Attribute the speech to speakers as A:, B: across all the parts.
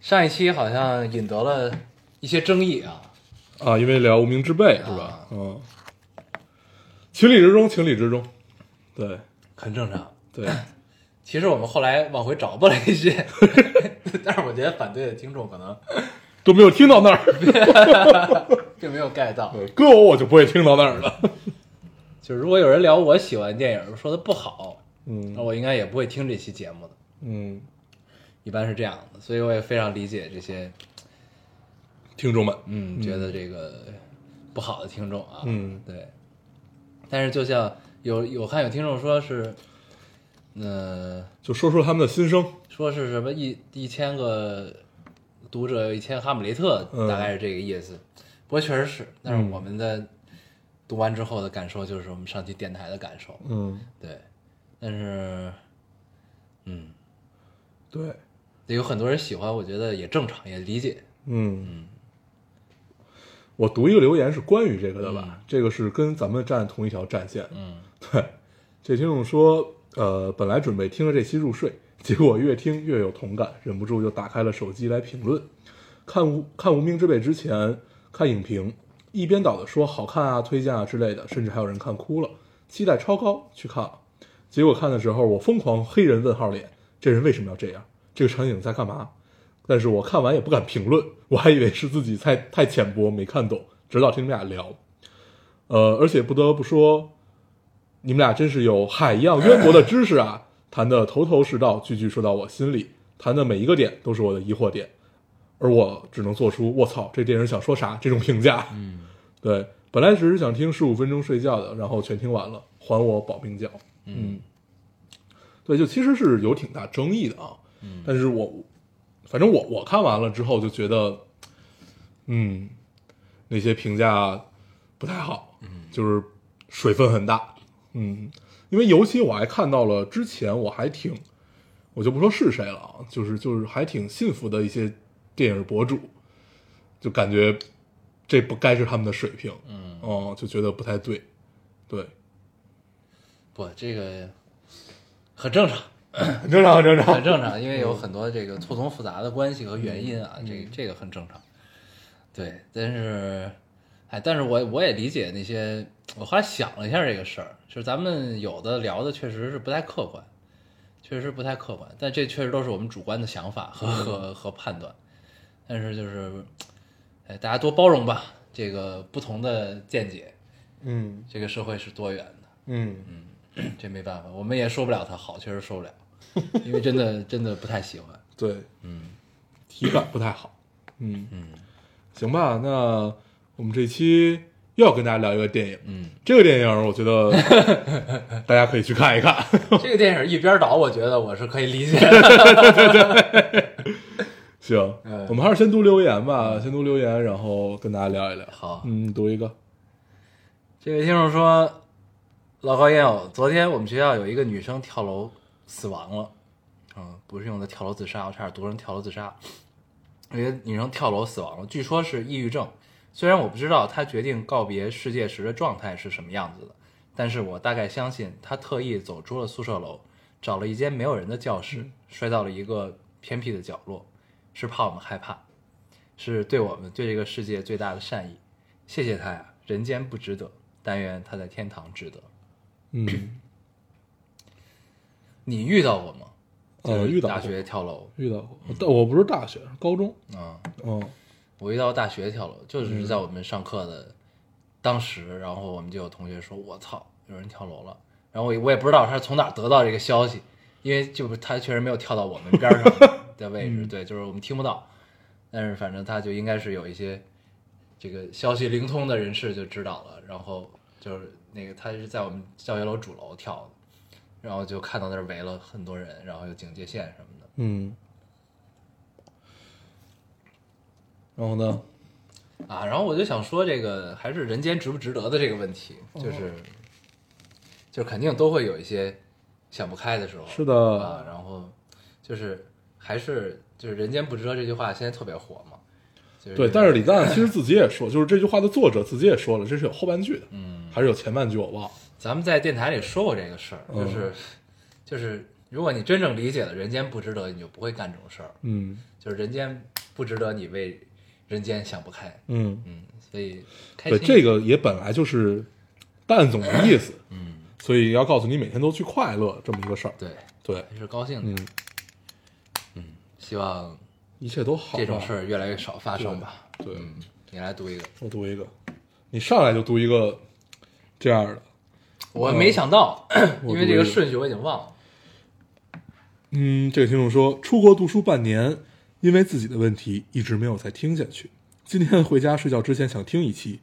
A: 上一期好像引得了一些争议啊，
B: 啊，因为聊无名之辈是吧？嗯，情理之中，情理之中。对
A: 很正常。
B: 对，
A: 其实我们后来往回找补了一 些，但是我觉得反对的听众可能
B: 都没有听到那儿，
A: 并没有 get 到。
B: 对搁我我就不会听到那儿了。
A: 就是如果有人聊我喜欢的电影说的不好，那
B: 嗯
A: 我应该也不会听这期节目的，
B: 嗯，
A: 一般是这样的。所以我也非常理解这些
B: 听众们，
A: 嗯觉得这个不好的听众啊。
B: 嗯
A: 对，但是就像有有看有听众说是，呃，
B: 就说出他们的心声。
A: 说是什么一一千个读者有一千哈姆雷特，
B: 嗯
A: 大概是这个意思。不过确实是，但是
B: 嗯
A: 我们的读完之后的感受就是我们上期电台的感受，
B: 嗯，
A: 对。但是，嗯，
B: 对，
A: 有很多人喜欢，我觉得也正常，也理解。
B: 嗯，我读一个留言是关于这个的吧？这个是跟咱们站同一条战线的。
A: 嗯，
B: 对，这听众说，呃，本来准备听了这期入睡，结果越听越有同感，忍不住就打开了手机来评论。看无看《无名之辈》之前看影评，一边倒的说好看啊、推荐啊之类的，甚至还有人看哭了，期待超高去看了。结果看的时候，我疯狂黑人问号脸，这人为什么要这样？这个场景在干嘛？但是我看完也不敢评论，我还以为是自己太太浅薄没看懂，直到听你们俩聊。呃，而且不得不说，你们俩真是有海一样渊博的知识啊，谈的头头是道，句句说到我心里，谈的每一个点都是我的疑惑点，而我只能做出“我操，这电影想说啥”这种评价。嗯，对，本来只是想听十五分钟睡觉的，然后全听完了，还我保命觉。嗯，对，就其实是有挺大争议的啊。嗯，但是我反正我我看完了之后就觉得，嗯，那些评价不太好，嗯，就是水分很大，嗯，因为尤其我还看到了之前我还挺，我就不说是谁了啊，就是就是还挺信服的一些电影博主，就感觉这不该是他们的水平，嗯，哦，就觉得不太对，对，
A: 不，这个很正常。
B: 很正常，很正
A: 很，正常，因为有很多这个错综复杂的关系和原因啊，这这个很正常。对，但是，哎，但是我我也理解那些，我后来想了一下这个事儿，就是咱们有的聊的确实是不太客观，确实不太客观，但这确实都是我们主观的想法和和和判断。但是就是，哎，大家多包容吧，这个不同的见解，
B: 嗯
A: 这个社会是多元的。
B: 嗯，
A: 这没办法，我们也说不了他好，确实说不了，因为真的真的不太喜欢。
B: 对，嗯，体感不太好，嗯嗯，行吧，那我们这期又要跟大家聊一个电影，
A: 嗯，
B: 这个电影我觉 得大家可以去看一看，
A: 这个电影一边倒，我觉得我是可以理解的。
B: 行，
A: 嗯
B: 我们还是先读留言吧，先读留言，然后跟大家聊一聊，
A: 好
B: 嗯，读一个，
A: 这位听众说，老高烟友，昨天我们学校有一个女生跳楼死亡了，嗯，不是用的跳楼自杀，我差点读成跳楼自杀。有一个女生跳楼死亡了，据说是抑郁症。虽然我不知道她决定告别世界时的状态是什么样子的，但是我大概相信她特意走出了宿舍楼，找了一间没有人的教室，摔到了一个偏僻的角落，是怕我们害怕，是对我们对这个世界最大的善意。谢谢她呀，人间不值得，但愿她在天堂值得。
B: 嗯，你
A: 你遇到过吗？
B: 呃
A: 就是
B: 遇到过
A: 大学跳楼
B: 遇到过，但我不是大学，是高中，
A: 啊、
B: 嗯
A: 我遇到大学跳楼，就只是在我们上课的、当时，然后我们就有同学说：“我操，有人跳楼了。”然后我也我也不知道他是从哪儿得到这个消息，因为就是他确实没有跳到我们边儿上的位置，对，就是我们听不到。但是反正他就应该是有一些这个消息灵通的人士就知道了，然后就是那个他是在我们教学楼主楼跳的，然后就看到那儿围了很多人，然后有警戒线什么的。
B: 嗯，然后呢，
A: 啊，然后我就想说，这个还是人间值不值得的这个问题，就是，
B: 嗯
A: 就是肯定都会有一些想不开的时候。
B: 是的
A: 啊，然后就是还是就是“人间不值得”这句话现在特别火嘛。就是、
B: 对，但是李诞其实自己也说，就是这句话的作者自己也说了，这是有后半句的，嗯，还是有前半句我忘了。
A: 咱们在电台里说过这个事儿，就是、
B: 嗯
A: 就是，如果你真正理解了“人间不值得”，你就不会干这种事儿。
B: 嗯
A: 就是人间不值得你为人间想不开。
B: 嗯，
A: 嗯，所以开
B: 对，
A: 心
B: 这个也本来就是蛋总的意思，嗯，所以要告诉你每天都去快乐这么一个事儿。
A: 对
B: 对，
A: 还是高兴的。
B: 嗯，
A: 希望
B: 一切都好吧。啊
A: 这种事儿越来越少发生吧。
B: 对，
A: 嗯，你来读一个，
B: 我读一个，你上来就读一个这样的，
A: 我没想 到，
B: 我
A: 因
B: 读
A: 为这个
B: 一个
A: 顺序我已经忘了。
B: 嗯，这个听众说，出国读书半年，因为自己的问题一直没有再听下去。今天回家睡觉之前想听一期，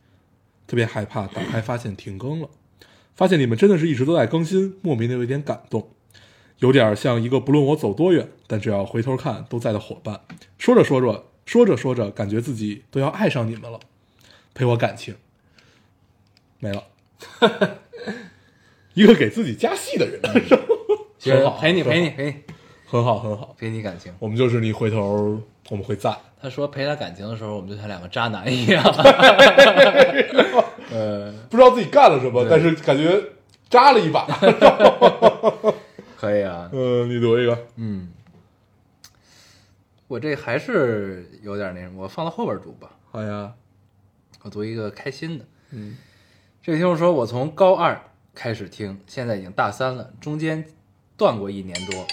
B: 特别害怕打开发现停更了，发现你们真的是一直都在更新，莫名的有一点感动，有点像一个不论我走多远，但只要回头看都在的伙伴。说着说着，说着说着，感觉自己都要爱上你们了，陪我感情没了， 一个给自己加戏的人， 很好
A: 陪你
B: 很好
A: 陪你陪你
B: 很好很好。
A: 陪你感情。
B: 我们就是你回头我们会在，
A: 他说陪他感情的时候，我们就像两个渣男一样。呃，
B: 不知道自己干了什么，但是感觉扎了一 把。
A: 可以啊。
B: 嗯，你读一个，
A: 嗯，我这还是有点那什么，我放到后边读吧。
B: 好呀，
A: 我读一个开心的。
B: 嗯，
A: 这位听众说，我从高二开始听，现在已经大三了，中间断过一年多，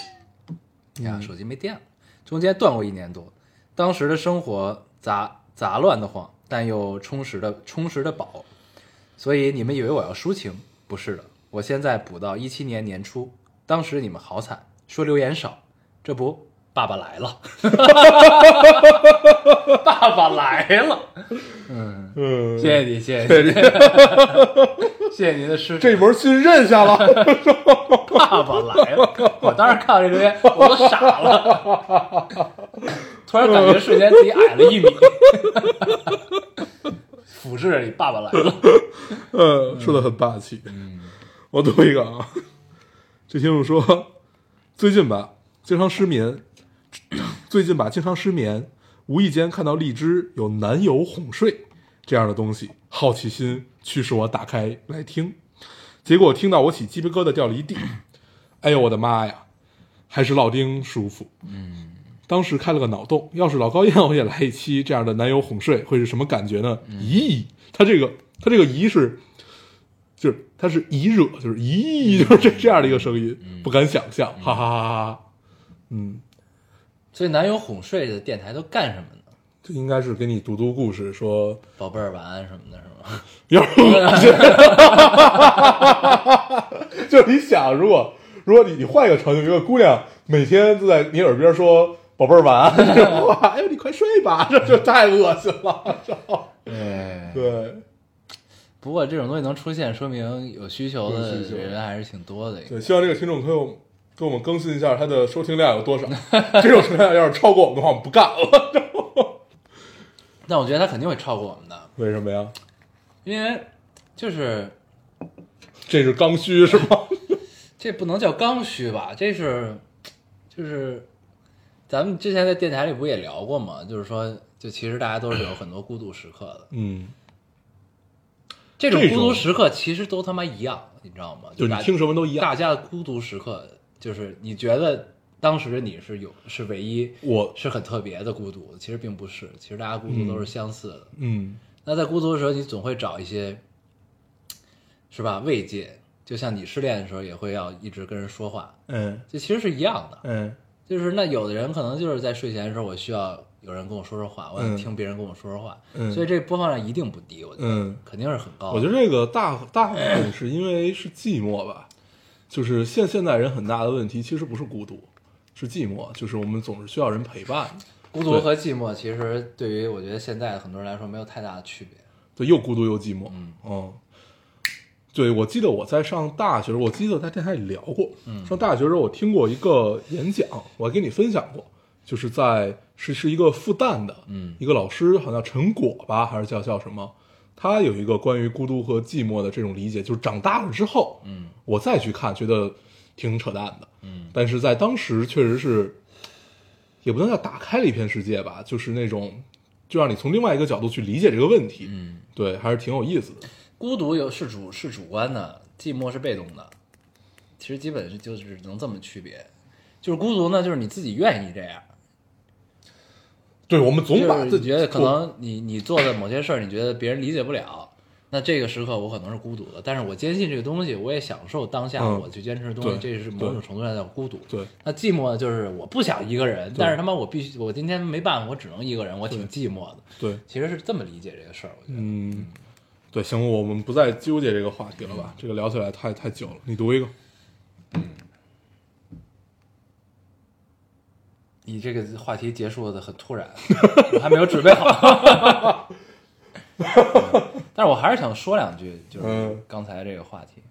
A: 哎呀，手机没电了，中间断过一年多。当时的生活杂杂乱的慌，但又充实的充实的饱，所以你们以为我要抒情，不是的，我现在补到一七年年初，当时你们好惨，说留言少，这不爸爸来了，爸爸来了。
B: 嗯，
A: 谢谢你，谢谢你，谢谢您的支持。
B: 这门亲认下了。
A: 爸爸来了，我当时看到这留言，我都傻了，突然感觉瞬间自己矮了一米。俯视着你，爸爸来了。
B: 嗯，说的很霸气。嗯，我读一个啊， 这听众说，最近吧，经常失 眠，最近吧，经常失眠，无意间看到荔枝有男友哄睡这样的东西，好奇心驱使我打开来听，结果听到我起鸡皮疙瘩掉了一地，哎呦我的妈呀，还是老丁舒服。嗯，当时开了个脑洞，要是老高燕我也来一期这样的男友哄睡，会是什么感觉呢？咦，他这个他这个咦是。就是他是咦惹，就是咦，就是这这样的一个 声音，不敢想象，哈哈哈哈哈。嗯，
A: 所以男友哄睡的电台都干什么呢？
B: 这应该是给你读读故事，说
A: 宝贝儿晚安什么的，是吗？
B: 要是恶心，就是你想，如果如果你你换一个场景，有一个姑娘每天都在你耳边说“宝贝儿晚安”这 种话，哎呦你快睡吧， 这就太恶心了。知道吗
A: 对。
B: 对
A: 不过这种东西能出现，说明有需求的
B: 有需求
A: 人还是挺多的。
B: 对，希望这个听众朋友给我们更新一下他的收听量有多少， 这种收听量要是超过我们的话，我们不干了。
A: 但我觉得他肯定会超过我们的，
B: 为什么呀？
A: 因为就是
B: 这是刚需是吗？
A: 这不能叫刚需吧？这是，就是，咱们之前在电台里不也聊过吗？就是说，就其实大家都是有很多孤独时刻的，
B: 嗯，
A: 这种
B: 这
A: 孤
B: 种
A: 独时刻其实都他妈一样，你知道吗？
B: 就你
A: 大
B: 听什么都一样。
A: 大家的孤独时刻，就是你觉得当时你是有是唯一，
B: 我
A: 是很特别的孤独，其实并不是，其实大家孤独都是相似的。
B: 嗯
A: 那在孤独的时候，你总会找一些，是吧？慰藉，就像你失恋的时候也会要一直跟人说话，
B: 嗯
A: 这其实是一样的。
B: 嗯
A: 就是那有的人可能就是在睡前的时候，我需要有人跟我说说话，我想
B: 嗯
A: 听别人跟我说说话，
B: 嗯
A: 所以哦这播放量一定不低，我觉得、
B: 嗯。
A: 肯定是很高的。
B: 我觉得这个大大部分是因为是寂寞吧，就是现现代人很大的问题其实不是孤独，是寂寞，就是我们总是需要人陪伴，
A: 孤独和寂寞其实对于我觉得现在很多人来说没有太大的区别。
B: 对，又孤独又寂寞，嗯对，我记得我在上大学，时候，
A: 嗯
B: 我记得在电台里聊过，上大学时候我听过一个演讲，我还跟你分享过，就是在是是一个复旦的，
A: 嗯
B: 一个老师，好像陈果吧，还是叫叫什么？他有一个关于孤独和寂寞的这种理解，就是长大了之后，
A: 嗯
B: 我再去看，觉得挺扯淡的，
A: 嗯
B: 但是在当时确实是，也不能叫打开了一片世界吧，就是那种就让你从另外一个角度去理解这个问题，
A: 嗯，
B: 对，还是挺有意思的。
A: 孤独有是主是主观的，寂寞是被动的，其实基本是就是能这么区别，就是孤独呢，就是你自己愿意这样，
B: 对，我们总把
A: 就是
B: 自
A: 你
B: 己
A: 觉得可能你你做的某些事儿，你觉得别人理解不了，那这个时刻我可能是孤独的，但是我坚信这个东西，我也享受当下
B: 嗯
A: 我去坚持的东西，
B: 对
A: 这是某种程度上叫孤独。
B: 对，
A: 那寂寞就是我不想一个人，但是他妈我必须，我今天没办法，我只能一个人，我挺寂寞的。
B: 对，
A: 其实是这么理解这个事儿，我觉得。
B: 嗯，对，行，我们不再纠结这个话题了吧？这个聊起来太太久了。你读一个，
A: 你这个话题结束的很突然，我还没有准备好。但是我还是想说两句，就是
B: 嗯
A: 刚才这个话题，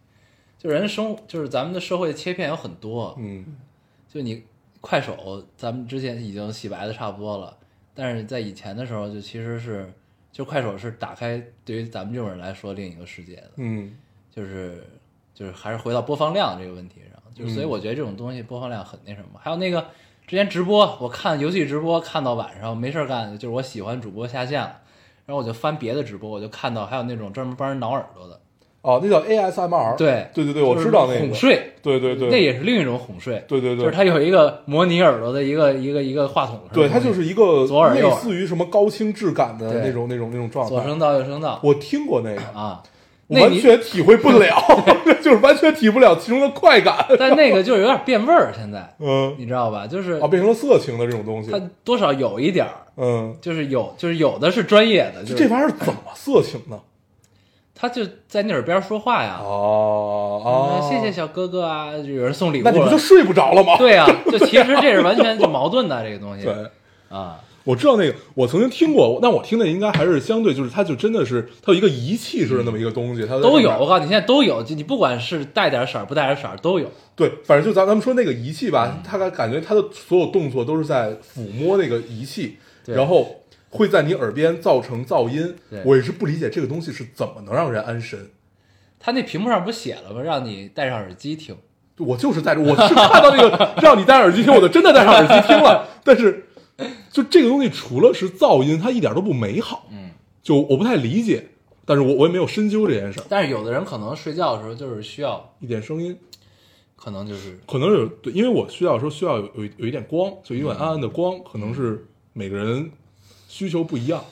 A: 就人生，就是咱们的社会切片有很多，
B: 嗯
A: 就你快手，咱们之前已经洗白的差不多了，但是在以前的时候，就其实是，就快手是打开对于咱们这种人来说另一个世界的，
B: 嗯
A: 就是就是还是回到播放量这个问题上，就是
B: 嗯
A: 所以我觉得这种东西播放量很那什么。还有那个之前直播，我看游戏直播看到晚上没事儿干，就是我喜欢主播下线了，然后我就翻别的直播，我就看到还有那种专门帮人挠耳朵的，
B: 哦，那叫 ASMR，
A: 对
B: 对对对，我知道那
A: 就是
B: 个
A: 哄，睡，
B: 对对对，
A: 那也是另一种哄睡，
B: 对对对
A: 就是它有一个模拟耳朵的一个一个一个话筒，
B: 对，它就是一个
A: 左耳右
B: 类
A: 耳
B: 似于什么高清质感的
A: 对
B: 那种那种那种状
A: 左
B: 态。
A: 声道右声道
B: 我听过那个，
A: 啊，
B: 我
A: 那
B: 完
A: 你
B: 全体会不 了，就是完全体不了其中的快感。
A: 但那个就是有点变味儿，现在
B: 嗯，
A: 你知道吧？就是
B: 啊，变成了色情的这种东西
A: 它。多少有一点儿。
B: 嗯，
A: 就是有，就是有的是专业的，就是
B: 这玩意儿怎么色情呢？
A: 他就在你耳边说话呀，
B: 哦
A: 啊嗯
B: 哦，
A: 谢谢，小哥哥啊，就有人送礼物
B: 那你不
A: 了
B: 就，睡不着了吗？
A: 对呀、啊就其实这是完全就矛盾的这个东西，
B: 对。
A: 啊，
B: 我知道那个，我曾经听过，但我听的应该还是相对，就是它就真的是它有一个仪器似的那么一个东西，它在
A: 都有，
B: 上
A: 我
B: 面
A: 告诉你，现在都有，就你不管是带点色儿不带点色儿都有，
B: 对，反正就咱咱们说那个仪器
A: 嗯
B: 吧，它感感觉它的所有动作都是在抚摸那个仪器，
A: 对
B: 然后会在你耳边造成噪音
A: 对。
B: 我也是不理解这个东西是怎么能让人安神。
A: 他那屏幕上不写了吗？让你戴上耳机听，
B: 我就是戴着，我是看到 那个让你戴上耳机听，我就真的戴上耳机听了。但是，就这个东西除了是噪音，它一点都不美好。
A: 嗯，
B: 就我不太理解，但是我我也没有深究这件事儿。
A: 但是有的人可能睡觉的时候就是需要，
B: 一点声音，
A: 可能就是
B: 可能有对，因为我需要说需要有有一有一点光，就有一点暗暗的光，可能是每个人需求不一样。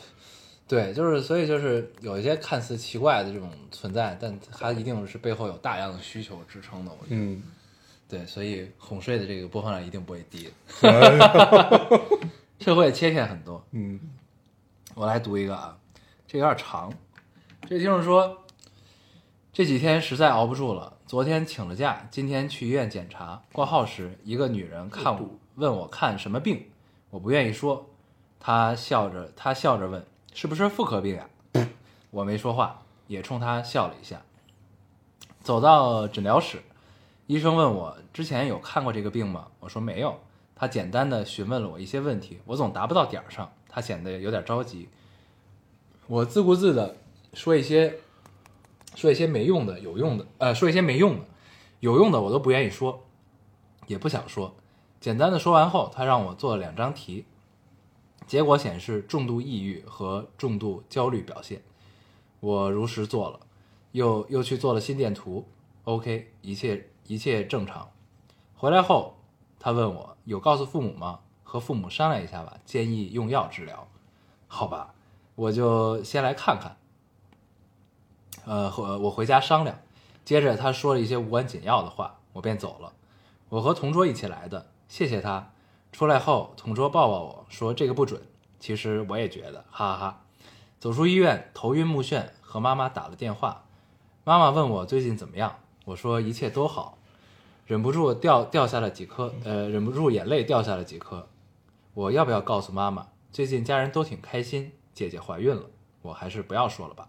A: 对，就是所以就是有一些看似奇怪的这种存在，但它一定是背后有大量的需求支撑的，我觉得，
B: 嗯，
A: 对，所以哄睡的这个播放量一定不会低，社会切片很多。
B: 嗯
A: 我来读一个啊，这有点长。这听众说，这几天实在熬不住了，昨天请了假，今天去医院检查，挂号时一个女人看我，问我看什么病，我不愿意说，她笑着，她笑着问是不是妇科病呀、 我没说话，也冲她笑了一下。走到诊疗室，医生问我之前有看过这个病吗？我说没有。他简单的询问了我一些问题，我总答不到点儿上，他显得有点着急。我自顾自的说一些说一些没用的、有用的，呃，说一些没用的、有用的我都不愿意说，也不想说。简单的说完后，他让我做了两张题，结果显示重度抑郁和重度焦虑表现。我如实做了，又又去做了心电图，OK，一切一切正常。回来后，他问我有告诉父母吗？和父母商量一下吧，建议用药治疗。好吧，我就先来看看。呃，和我回家商量。接着他说了一些无关紧要的话，我便走了。我和同桌一起来的，谢谢他。出来后，同桌抱抱我说这个不准。其实我也觉得，哈哈哈。走出医院，头晕目眩，和妈妈打了电话。妈妈问我最近怎么样，我说一切都好。忍不住掉掉下了几颗，呃，忍不住眼泪掉下了几颗。我要不要告诉妈妈？最近家人都挺开心，姐姐怀孕了，我还是不要说了吧。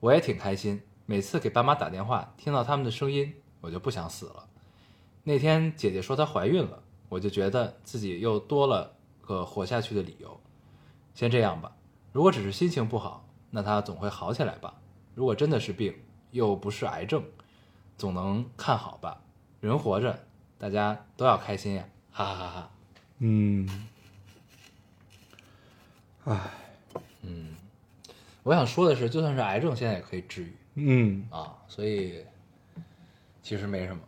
A: 我也挺开心，每次给爸妈打电话，听到他们的声音，我就不想死了。那天姐姐说她怀孕了，我就觉得自己又多了个活下去的理由。先这样吧，如果只是心情不好，那他总会好起来吧。如果真的是病，又不是癌症，总能看好吧。人活着，大家都要开心呀，哈哈哈哈。
B: 嗯，唉，
A: 我想说的是，就算是癌症，现在也可以治愈
B: 嗯，
A: 啊，所以其实没什么。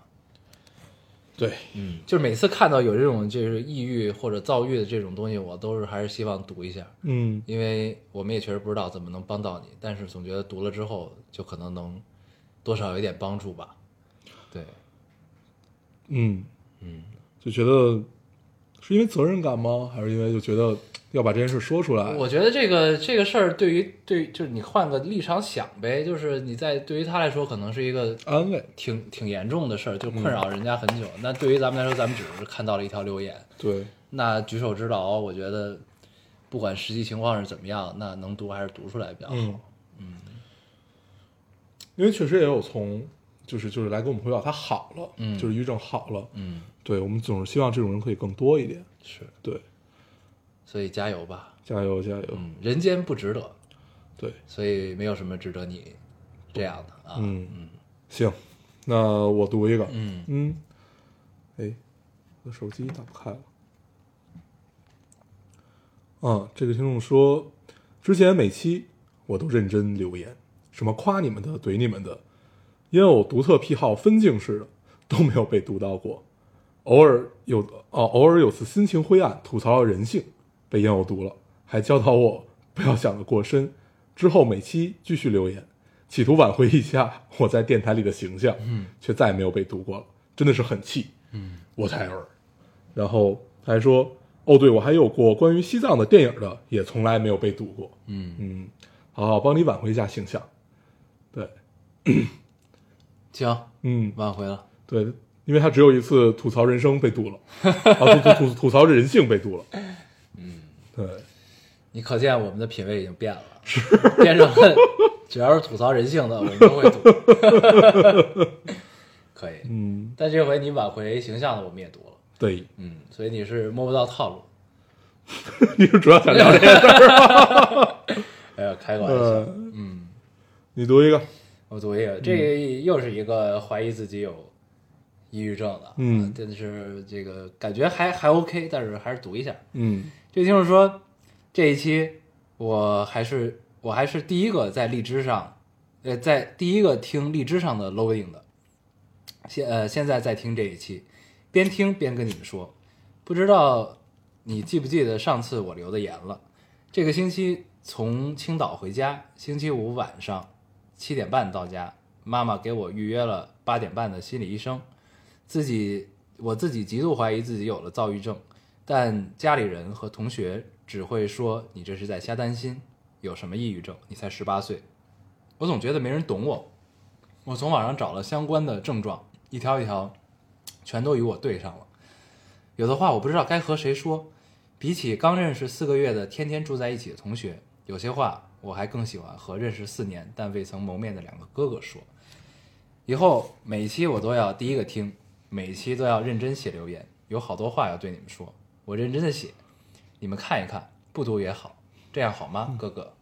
B: 对，
A: 嗯，就是每次看到有这种就是抑郁或者躁郁的这种东西，我都是还是希望读一下，
B: 嗯，
A: 因为我们也确实不知道怎么能帮到你，但是总觉得读了之后就可能能多少有一点帮助吧。对，
B: 嗯，嗯，就觉得是因为责任感吗？还是因为就觉得要把这件事说出来？
A: 我觉得这个这个事儿对于对就是你换个立场想呗，就是你在对于他来说可能是一个
B: 安慰，
A: 挺挺严重的事儿，就困扰
B: 嗯
A: 人家很久。那对于咱们来说，咱们只是看到了一条留言，
B: 对，
A: 那举手之劳，我觉得不管实际情况是怎么样，那能读还是读出来比较好。
B: 嗯，因为确实也有从就是就是来给我们回报他好了，
A: 嗯
B: 就是抑郁症好了，
A: 嗯，
B: 对我们总是希望这种人可以更多一点，
A: 是，
B: 对，
A: 所以加油吧。
B: 加油加油，
A: 嗯，人间不值得，
B: 对，
A: 所以没有什么值得你这样的啊。
B: 嗯行，那我读一个，
A: 嗯
B: 嗯，哎，我的手机打不开了。啊，这个听众说，之前每期我都认真留言，什么夸你们的、怼你们的，因为我独特癖好分镜式的都没有被读到过。偶尔有啊，偶尔有次心情灰暗，吐槽了人性，被烟偶读了，还教导我不要想得过深。之后每期继续留言，企图挽回一下我在电台里的形象，嗯，却再也没有被读过了，真的是很气，嗯，我才尔。然后他还说，哦，对，我还有过关于西藏的电影的，也从来没有被读过，
A: 嗯
B: 嗯，好好帮你挽回一下形象，对，
A: 行，
B: 嗯，
A: 挽回了。
B: 对，因为他只有一次吐槽人生被 读了，啊，吐吐吐吐槽人性被读了，嗯，对，
A: 你可见我们的品味已经变了， 变成了只要是吐槽人性的，我们都会读。 可以，
B: 嗯，
A: 但这回你挽回形象的，我们也读了。
B: 对，
A: 嗯，所以你是摸不到套路。
B: 你是主要想聊这个事儿，
A: 哎呀，开个玩笑。
B: 呃， 嗯，你读一个，
A: 我读一个，这
B: 嗯
A: 个又是一个怀疑自己有抑郁症的，
B: 嗯
A: 啊但是这个感觉还还 OK，但是还是读一下。
B: 嗯
A: 这听众说，这一期我还是我还是第一个在荔枝上，呃，在第一个听荔枝上的 loading 的，现呃现在在听这一期，边听边跟你们说，不知道你记不记得上次我留的言了？这个星期从青岛回家，星期五晚上七点半到家，妈妈给我预约了八点半的心理医生，自己我自己极度怀疑自己有了躁郁症，但家里人和同学只会说你这是在瞎担心，有什么抑郁症？你才十八岁，我总觉得没人懂我。我从网上找了相关的症状，一条一条，全都与我对上了。有的话我不知道该和谁说。比起刚认识四个月的天天住在一起的同学，有些话我还更喜欢和认识四年但未曾谋面的两个哥哥说。以后每一期我都要第一个听，每一期都要认真写留言，有好多话要对你们说，我认真的写，你们看一看，不读也好，这样好吗，哥哥？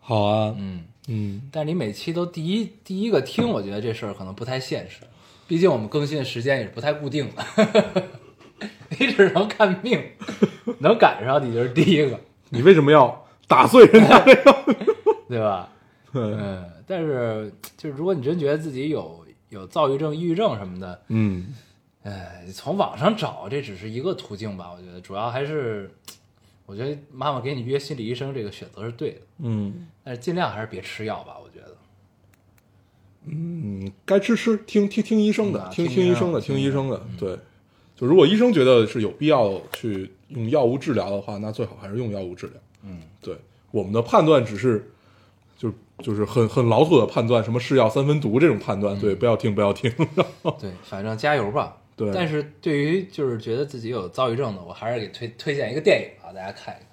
B: 好啊，
A: 嗯，
B: 嗯，
A: 但是你每期都第一第一个听，我觉得这事儿可能不太现实，毕竟我们更新的时间也是不太固定的， 你只能看命，能赶上你就是第一个，
B: 你为什么要打碎人家这个？
A: 对吧？
B: 对
A: 嗯，但是就是如果你真觉得自己有有躁郁症、抑郁症什么的，
B: 嗯，
A: 哎，从网上找这只是一个途径吧，我觉得主要还是，我觉得妈妈给你约心理医生这个选择是对的，
B: 嗯
A: 但是尽量还是别吃药吧，我觉得。
B: 嗯，该吃吃，听听听医生
A: 嗯
B: 的
A: 啊，
B: 听
A: 听
B: 听
A: 医
B: 医
A: 生
B: 生嗯
A: 的
B: 的，听医生的。对，就如果医生觉得是有必要去用药物治疗的话，那最好还是用药物治疗。
A: 嗯，
B: 对，我们的判断只是，就就是很很老土的判断，什么是药三分毒这种判断。对，不要听，不要听。
A: 对，反正加油吧。
B: 对
A: 但是对于就是觉得自己有躁郁症的，我还是给推推荐一个电影啊，大家看一看。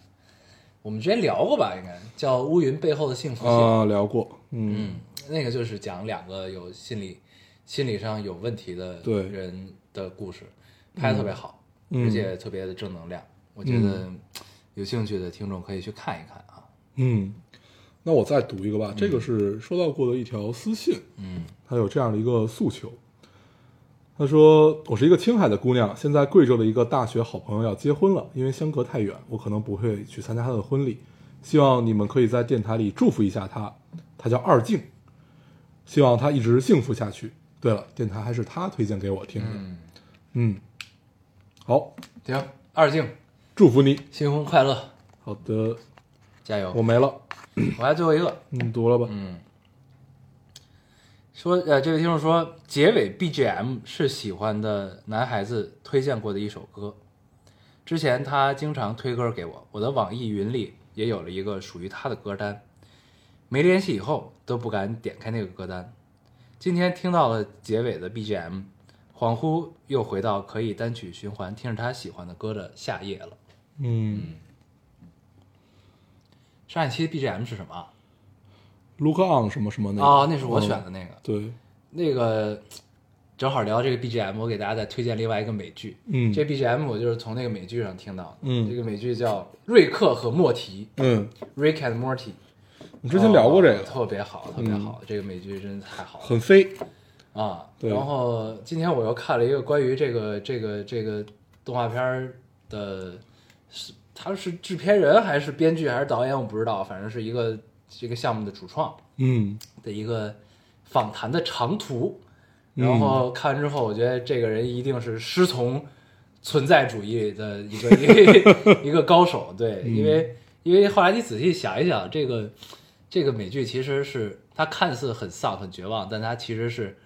A: 我们之前聊过吧，应该叫《乌云背后的幸福线》。
B: 啊，聊过，嗯，
A: 嗯，那个就是讲两个有心理心理上有问题的
B: 对
A: 人的故事，拍的特别好，
B: 嗯
A: 而且特别的正能量。我觉得有兴趣的听众可以去看一看啊。
B: 嗯，那我再读一个吧，这个是收到过的一条私信，
A: 嗯
B: 她有这样的一个诉求。她说：“我是一个青海的姑娘，现在贵州的一个大学好朋友要结婚了，因为相隔太远，我可能不会去参加她的婚礼。希望你们可以在电台里祝福一下她，她叫二静，希望她一直幸福下去。对了，电台还是她推荐给我听的。嗯，好，
A: 行，二静，
B: 祝福你。
A: 新婚快乐，
B: 好的，
A: 加油！
B: 我没了，
A: 我还最后一个，
B: 你读了吧。
A: 嗯，说呃，这位听众说，结尾 BGM 是喜欢的男孩子推荐过的一首歌。之前他经常推歌给我，我的网易云里也有了一个属于他的歌单。没联系以后都不敢点开那个歌单。今天听到了结尾的 BGM，恍惚又回到可以单曲循环听着他喜欢的歌的夏夜了。
B: 嗯
A: 上一期 BGM 是什么啊？
B: ，Look on 什么什么那个嗯
A: 哦，那是我选的那个。
B: 对，
A: 那个正好聊这个 BGM，我给大家再推荐另外一个美剧。
B: 嗯
A: 这 BGM 我就是从那个美剧上听到的。
B: 嗯
A: 这个美剧叫《瑞克和莫提
B: 嗯，》
A: （Rick and Morty）。
B: 你之前聊过这
A: 哦
B: 个，
A: 特别好，特别好，这个美剧真的太好了
B: 很飞。
A: 啊！
B: 对
A: 然后今天我又看了一个关于这个这个这个动画片儿的，是他是制片人还是编剧还是导演，我不知道，反正是一个这个项目的主创。
B: 嗯
A: 的一个访谈的长途，
B: 嗯
A: 然后看完之后，我觉得这个人一定是师从存在主义的一个 一个一个高手，对，因为因为后来你仔细想一想，这个这个美剧其实是它看似很丧很绝望，但它其实是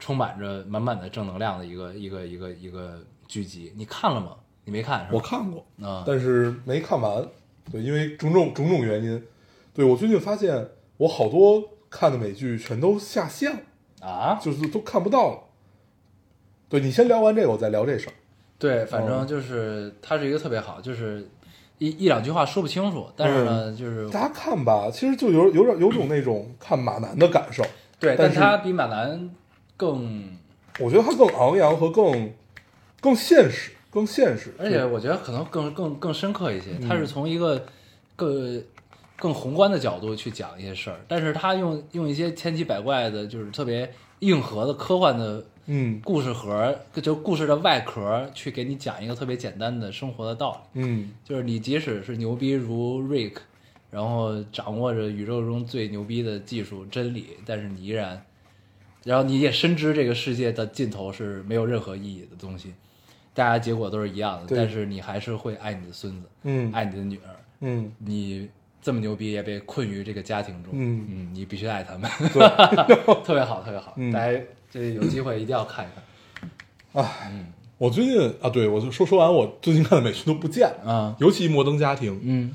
A: 充满着满满的正能量的一个一个一个一个剧集。你看了吗？你没看是吧？
B: 我看过，
A: 啊，
B: 但是没看完。对，因为种种种种原因，对我最近发现，我好多看的美剧全都下线了，
A: 啊，
B: 就是都看不到了。对你先聊完这个，我再聊这事儿。
A: 对，反正就是它是一个特别好，就是一一两句话说不清楚，但是呢，就是
B: 大家看吧，其实就有有点有种那种看马男的感受。
A: 对，
B: 但
A: 但
B: 是
A: 它比马南更，
B: 我觉得他更昂扬和更更现实，更现实。
A: 而且我觉得可能更更更深刻一些。它是从一个更更宏观的角度去讲一些事儿，但是它用用一些千奇百怪的，就是特别硬核的科幻的
B: 嗯
A: 故事盒，就故事的外壳，去给你讲一个特别简单的生活的道理。
B: 嗯
A: 就是你即使是牛逼如 Rick，然后掌握着宇宙中最牛逼的技术真理，但是你依然，然后你也深知这个世界的尽头是没有任何意义的东西，大家结果都是一样的，
B: 对
A: 但是你还是会爱你的孙子，
B: 嗯
A: 爱你的女儿，
B: 嗯，
A: 你这么牛逼也被困于这个家庭中，
B: 嗯
A: 你必须爱他们， 特别好，特别好，
B: 嗯
A: 大家这有机会一定要看一看
B: 我最近啊，对我就说说完，我最近看的美剧都不见了，
A: 啊，
B: 尤其《摩登家庭》，
A: 嗯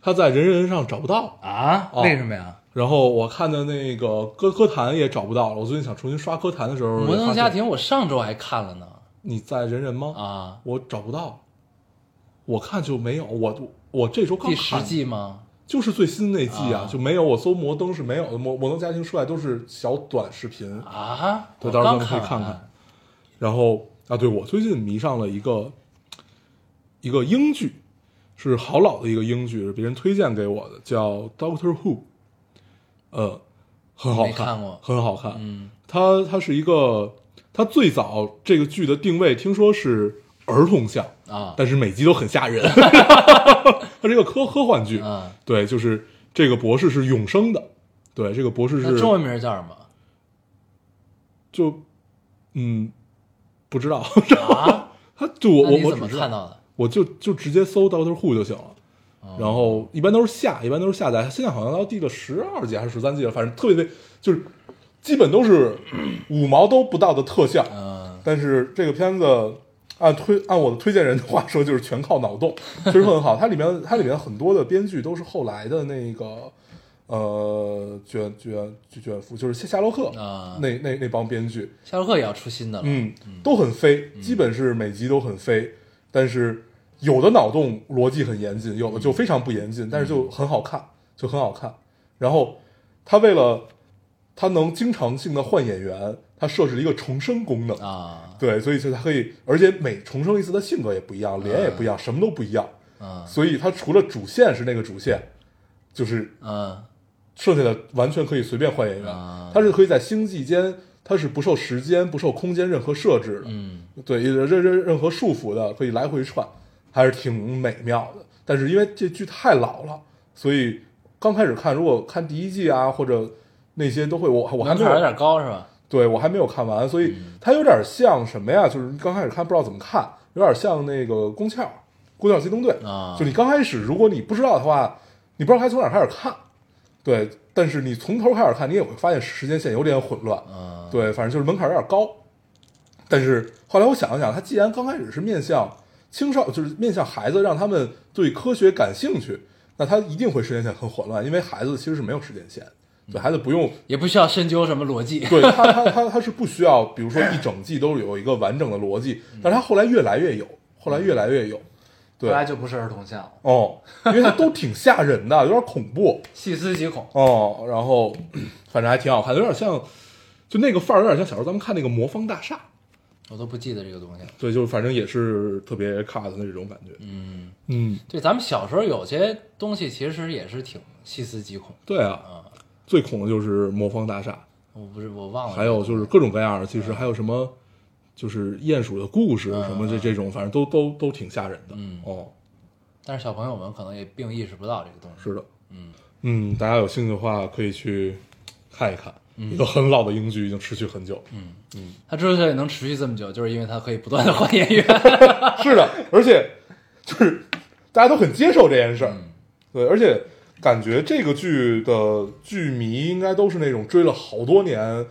B: 他在人人上找不到，
A: 啊，
B: 哦
A: 为什么呀？
B: 然后我看的那个歌歌坛也找不到了。我最近想重新刷歌坛的时候，
A: 摩登家
B: 也发现
A: 庭我上周还看了呢，
B: 你在人人吗？，
A: 啊。
B: 我找不到，我看就没有。我我这周刚
A: 第
B: 看
A: 十季吗？
B: 就是最新那季啊，
A: 啊
B: 就没有。我搜摩登是没有的，摩摩登家庭出来都是小短视频。
A: 啊，
B: 对
A: 我
B: 到时
A: 刚
B: 候咱们可以看
A: 完
B: 看。然后啊，对我最近迷上了一个一个英剧，是好老的一个英剧，是别人推荐给我的，叫《Doctor Who》，呃，很好
A: 没
B: 看，
A: 看过
B: 很好看。
A: 嗯，
B: 它它是一个，它最早这个剧的定位听说是儿童向，
A: 啊，
B: 但是每集都很吓人。 它是一个科科幻剧，
A: 嗯，
B: 对，就是这个博士是永生的，对，这个博士
A: 那
B: 是
A: 中文名叫什 么？
B: 就嗯不知道。
A: 啊，
B: 他就我
A: 那
B: 我
A: 你
B: 我
A: 怎么
B: 只知
A: 看
B: 道，
A: 到的？
B: 我就就直接搜 Doctor Who 就行了。
A: 哦
B: 然后一般都是下，一般都是下载。现在好像到第个十二集还是十三集了，反正特别的，就是基本都是五毛都不到的特效。
A: 嗯，
B: 但是这个片子按推按我的推荐人的话说，就是全靠脑洞，确实很好。它里面它里面很多的编剧都是后来的那个呃卷卷卷卷福，就是夏夏洛克、
A: 啊
B: 那那那帮编剧。
A: 夏洛克也要出新的了。嗯
B: 嗯，都很飞，基本是每集都很飞，但是有的脑洞逻辑很严谨，有的就非常不严
A: 嗯
B: 谨，但是就很好看，就很好看。然后他为了他能经常性的换演员，它设置了一个重生功能，
A: 啊
B: 对，所以就它可以，而且每重生一次，它性格也不一样，
A: 啊
B: 脸也不一样，什么都不一样，
A: 嗯
B: 所以它除了主线是那个主线，就是
A: 嗯
B: 剩下的完全可以随便换演员
A: 啊，
B: 它是可以在星际间，它是不受时间、不受空间任何设置的，
A: 嗯
B: 对，任任任何束缚的，可以来回串，还是挺美妙的。但是因为这剧太老了，所以刚开始看，如果看第一季啊或者那些都会，我我还
A: 门
B: 没
A: 槛有
B: 有
A: 点嗯高是吧？
B: 对我还没有看完，所以它有点像什么呀？就是刚开始看不知道怎么看，有点像那个《宫壳》《宫壳机动队》
A: 啊
B: 就你刚开始，如果你不知道的话，你不知道该从哪儿开始看，对。但是你从头开始看，你也会发现时间线有点混乱，
A: 嗯
B: 对，反正就是门槛有点高。但是后来我想了想，它既然刚开始是面向青少，就是面向孩子，让他们对科学感兴趣，那它一定会时间线很混乱，因为孩子其实是没有时间线的，对孩子不用
A: 也不需要深究什么逻辑。
B: 对他，他他他是不需要，比如说一整季都有一个完整的逻辑，但是他后来越来越有，后来越来越有，对
A: 后，来就不是儿童像了，
B: 哦，因为他都挺吓人的，有点恐怖
A: 细思极恐。
B: 哦，然后 反正还挺好看的，有点像，就那个范儿有点像小时候咱们看那个魔方大厦，
A: 我都不记得这个东西了。
B: 对，就反正也是特别 cut 的这种感觉，
A: 嗯，
B: 嗯，
A: 对，咱们小时候有些东西其实也是挺细思极恐。
B: 对啊，最恐的就是魔方大厦，
A: 我不是我忘了，
B: 还有就是各种各样的，其实还有什么。
A: 啊
B: 就是鼹鼠的故事什么这这种，反正都都都挺吓人的。
A: 嗯
B: 哦，
A: 但是小朋友们可能也并意识不到这个东西。
B: 是的，
A: 嗯
B: 嗯，大家有兴趣的话可以去看一看，
A: 嗯
B: 一个很老的英剧，已经持续很久。嗯，
A: 它之所以能持续这么久，就是因为它可以不断的换演员。
B: 是的，而且就是大家都很接受这件事儿，
A: 嗯
B: 对，而且感觉这个剧的剧迷应该都是那种追了好多年，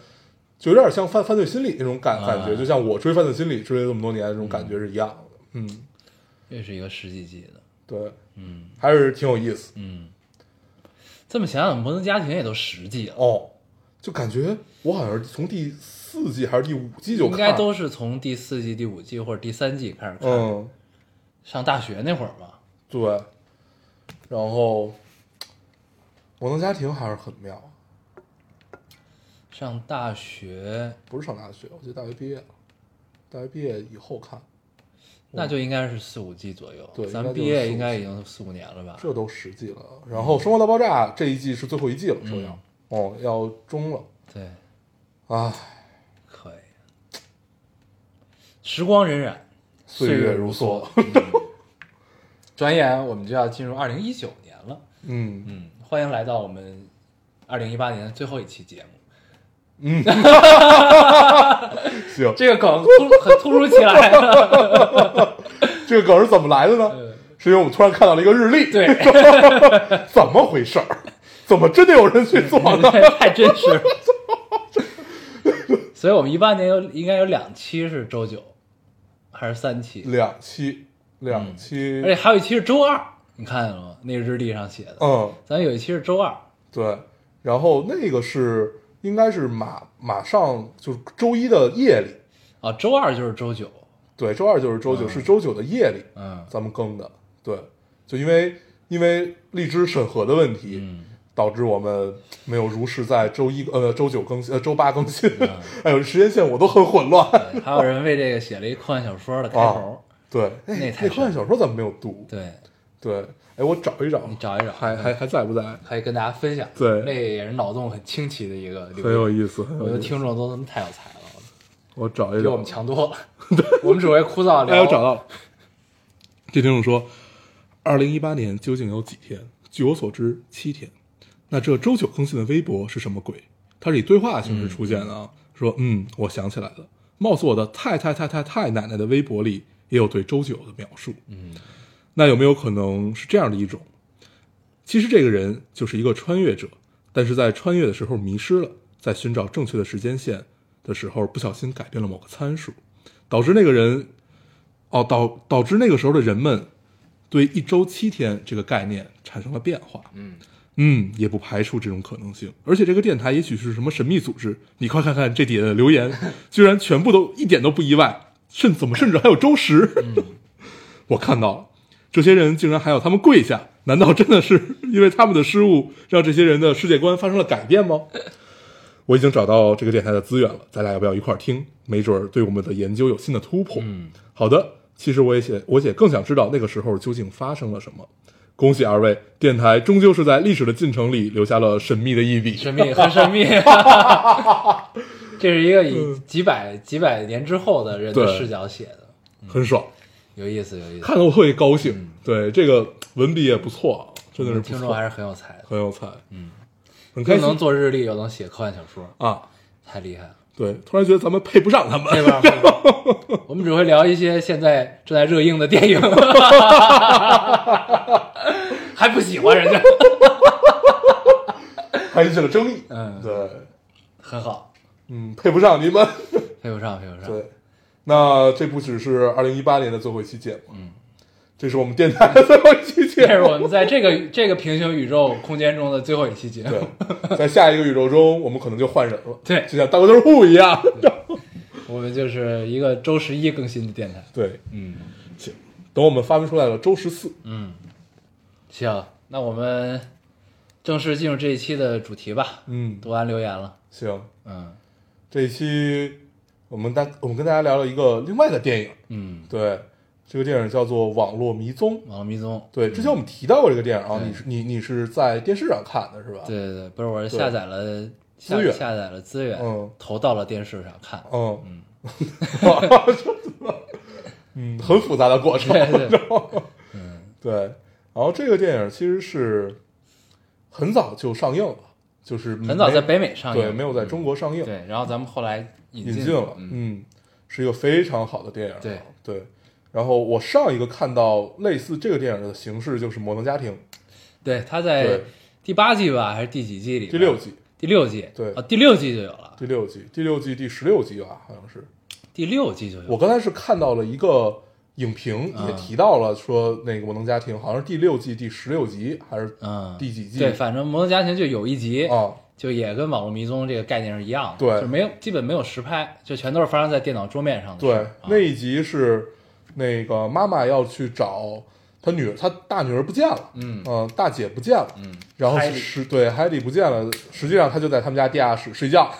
B: 就有点像犯犯罪心理那种感感觉，
A: 啊
B: 就像我追犯罪心理追了这么多年，这种感觉是一样的。嗯，
A: 这是一个十几季的，
B: 对，
A: 嗯
B: 还是挺有意思
A: 嗯。这么想想，《摩登家庭》也都十季了，
B: 哦。就感觉我好像是从第四季还是第五季就
A: 应
B: 看，
A: 该都是从第四季、第五季或者第三季开始看，
B: 嗯。
A: 上大学那会儿吧。
B: 对，然后《摩登家庭》还是很妙，
A: 上大学
B: 不是上大学，我记得大学毕业了，大学毕业以后看，
A: 那就应该是四五季左右。
B: 对
A: 咱们
B: 应该就是
A: 毕业应该已经四五年了吧？
B: 这都十季了。然后《生活大爆炸》这一季是最后一季了，说要、
A: 嗯
B: 哦要终了，
A: 对，
B: 唉，
A: 可以。时光荏苒，
B: 岁
A: 月
B: 月如
A: 梭
B: 梭。。
A: 转眼我们就要进入二零一九年了。
B: 嗯，
A: 嗯，欢迎来到我们二零一八年的最后一期节目。
B: 行，
A: 这个梗突很突如其来啊的，
B: 这个梗是怎么来的呢？是因为我们突然看到了一个日历，
A: 对，
B: 怎么回事儿？怎么真的有人去做 呢？
A: 太真实了。所以我们一八年有应该有两期是周九，还是三期？
B: 两期，两期
A: 嗯而，且还有一期是周二，你看见了吗？那个日历上写的，
B: 嗯，
A: 咱有一期是周二，
B: 对，然后那个是应该是马马上就是周一的夜里，
A: 啊，周二就是周九，
B: 对，周二就是周九，是周九的夜里
A: 嗯
B: 咱们更的，对，就因为因为荔枝审核的问题，
A: 嗯
B: 导致我们没有如实在周一呃周九更新呃周八更新，
A: 嗯
B: 哎呦时间线我都很混乱，
A: 对还有人为这个写了一科幻小说的开头，
B: 对，哎
A: 那太
B: 那科幻小说咱们没有读，
A: 对，
B: 对，哎我找一找，
A: 你找一找，
B: 还还还在不在？
A: 可以跟大家分享，
B: 对
A: 那也是脑洞很清奇的一个留言，
B: 很有意思，很
A: 我觉
B: 有
A: 得
B: 意思，
A: 听众都他妈太有才了，
B: 我找一
A: 比
B: 找，
A: 我们强多了， 我们只会枯燥
B: 哎，
A: 聊，
B: 我找到了。这听众说，二零一八年究竟有几天？据我所知，七天。那这周九更新的微博是什么鬼？它是以对话形式出现的啊。说，嗯，我想起来了，貌似我的太太太太太奶奶的微博里也有对周九的描述。
A: 嗯，
B: 那有没有可能是这样的一种？其实这个人就是一个穿越者，但是在穿越的时候迷失了，在寻找正确的时间线的时候不小心改变了某个参数，导致那个人，哦，导导致那个时候的人们对一周七天这个概念产生了变化。嗯嗯，也不排除这种可能性。而且这个电台也许是什么神秘组织，你快看看这底下的留言， 居然全部都一点都不意外，甚怎么甚至还有周十。我看到了，这些人竟然还要他们跪下，难道真的是因为他们的失误让这些人的世界观发生了改变吗？我已经找到这个电台的资源了，咱俩要不要一块儿听？没准儿对我们的研究有新的突破。
A: 嗯，
B: 好的，其实我也写，我也更想知道那个时候究竟发生了什么。恭喜二位，电台终究是在历史的进程里留下了神秘的一笔。
A: 神秘很神秘， 这是一个以几百几百年之后的人的
B: 嗯对
A: 视角写的，
B: 很爽，
A: 有意思有意思，
B: 看得我特别高兴。对，这个文笔也不错，啊真的是不
A: 嗯听众
B: 错
A: 还，是很有才的，
B: 很有才，嗯，很
A: 又
B: 开
A: 能
B: 心
A: 做日历，又能写科幻小说，
B: 啊。
A: 太厉害 了。
B: 对，突然觉得咱们配不上他们，
A: 对 吧？我们只会聊一些现在正在热映的 电影，还不喜欢人家，
B: 还引起了争议。
A: 嗯
B: 对，
A: 很好，
B: 嗯，配不上你们。
A: 配不上，配不上。
B: 对，那这不只是二零一八年的最后一期节目，嗯，这是我们电台的最后一期
A: 这
B: 节
A: 是
B: 目。
A: 我们在这个 这个平行宇宙空间中的最后一期节目。
B: 对，在下一个宇宙中，我们可能就换人了，
A: 对
B: 就像 Doctor Who 一 样。
A: 我们就是一个周十一更新的电台。
B: 对，
A: 嗯
B: 行，等我们发明出来了，周十四，
A: 嗯，行，那我们正式进入这一期的主题吧。
B: 嗯，
A: 读完留言了，
B: 行，
A: 嗯
B: 这一期我们大我们跟大家聊了一个另外的电影，
A: 嗯，
B: 对，这个电影叫做《网络迷踪》。
A: 网络迷踪，
B: 对，之前我们提到过这个电影
A: 嗯
B: 啊，
A: 对
B: 你是你你是在电视上看的是吧？，
A: 对对对，不是，我是下载了下
B: 啊资源
A: 下载了资源，
B: 嗯
A: 投到了电视上看。
B: 嗯， 嗯，很复杂的过程，
A: 对对，
B: 对，然后这个电影其实是很早就上映了，就是
A: 很早在
B: 没
A: 北美上映，
B: 对没有在中国上映，
A: 对，然后咱们后来引
B: 引
A: 进
B: 进了，
A: 嗯，
B: 嗯，是一个非常好的电影啊，
A: 对
B: 对。然后我上一个看到类似这个电影的形式就是《摩登家庭》
A: 对，它在
B: 对
A: 第八季吧，还是第几季里边？
B: 第六季，
A: 第六季，
B: 对
A: 啊，第六季就有了，
B: 第六季、第六季第十六集吧，好像是。
A: 第六季就有了。
B: 我刚才是看到了一个影评，
A: 嗯
B: 也提到了说那个《摩登家庭》好像是第六季第十六集还是
A: 嗯，
B: 第几季
A: 对，反正《摩登家庭》就有一集，
B: 啊？
A: 就也跟《网络迷踪》这个概念是一样的，
B: 对
A: 就是没有基本没有实拍，就全都是发生在电脑桌面上的事
B: 对，
A: 儿。啊
B: 那一集是那个妈妈要去找她女儿，她大女儿不见了，
A: 嗯
B: 呃大姐不见了，
A: 嗯，
B: 然后
A: 海里
B: 是对海底不见了，实际上她就在他们家地下室睡觉，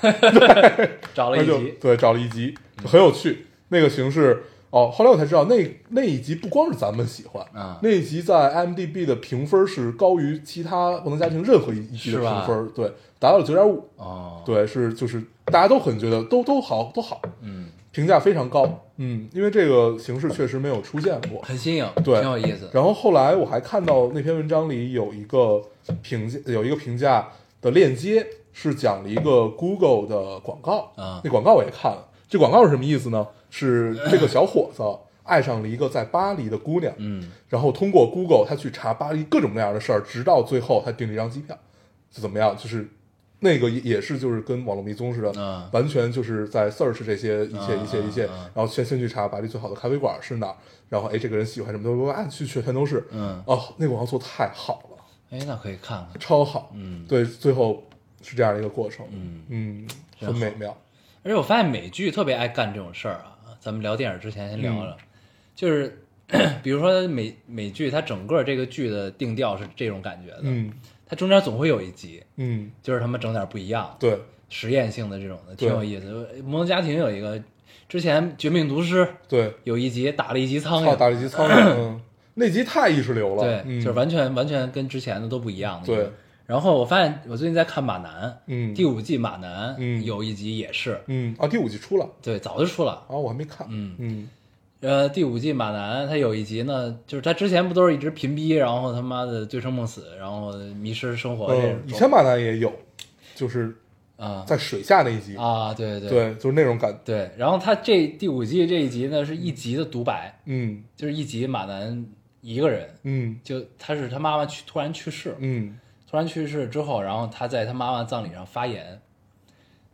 A: 找了
B: 她
A: 一
B: 就
A: 集，
B: 对找了一集，就很有趣。那个形式哦，后来我才知道，那那一集不光是咱们喜欢，
A: 啊
B: 那一集在 IMDB 的评分是高于其他《不能家庭》任何一一集的
A: 是吧
B: 评分，对，达到了九点五，
A: 哦，
B: 对，是就是大家都很觉得都都好都好，
A: 嗯，
B: 评价非常高，嗯，因为这个形式确实没有出现过。
A: 很新颖，
B: 对
A: 挺有意思。
B: 然后后来我还看到那篇文章里有一个评价，有一个评价的链接是讲了一个 Google 的广告
A: 啊
B: 那广告我也看了。这广告是什么意思呢？是这个小伙子爱上了一个在巴黎的姑娘，
A: 嗯，
B: 然后通过 Google 他去查巴黎各种各样的事儿，直到最后他订了一张机票，就怎么样？就是那个也也是就是跟网络迷踪似的，
A: 嗯
B: 完全就是在 search 这些一切
A: 嗯
B: 一切一切，
A: 嗯嗯
B: 然后先先去查巴黎最好的咖啡馆是哪儿，然后哎这个人喜欢什么都啊去去全都是，
A: 嗯
B: 哦那个广告做太好了，
A: 哎，那可以看看。
B: 超好，
A: 嗯
B: 对，最后是这样的一个过程，
A: 嗯
B: 嗯，
A: 真
B: 很
A: 好
B: 美妙，
A: 而且我发现美剧特别爱干这种事儿啊。咱们聊电影之前先聊了，
B: 嗯
A: 就是 比如说美美剧，它整个这个剧的定调是这种感觉的，
B: 嗯
A: 它中间总会有一集，
B: 嗯，
A: 就是他们整点不一样的、
B: 对，
A: 实验性的这种的，挺
B: 对
A: 有意思。摩登家庭有一个，之前《绝命毒师》
B: 对，
A: 有一集打了一集苍
B: 操打
A: 蝇，
B: 了一集苍 蝇，嗯，那集太意识流了，
A: 对，
B: 嗯、
A: 就是完全完全跟之前的都不一样的。
B: 对。
A: 然后我发现我最近在看《马男》，
B: 嗯
A: 第五季《马男》
B: 嗯
A: 有一集也是，
B: 嗯啊，第五季出了
A: 对，早就出了，
B: 啊，我还没看。
A: 嗯
B: 嗯
A: 呃，第五季马男他有一集呢，就是他之前不都是一直贫逼，然后他妈的醉生梦死，然后迷失生活这
B: 嗯，以
A: 种
B: 前马男也有，就是
A: 啊
B: 在水下那一集，
A: 啊，对对
B: 对，就是那种感，
A: 对然后他这第五季这一集呢是一集的独白，
B: 嗯
A: 就是一集马男一个人，
B: 嗯
A: 就他是他妈妈去突然去世，
B: 嗯
A: 突然去世之后，然后他在他妈妈葬礼上发言，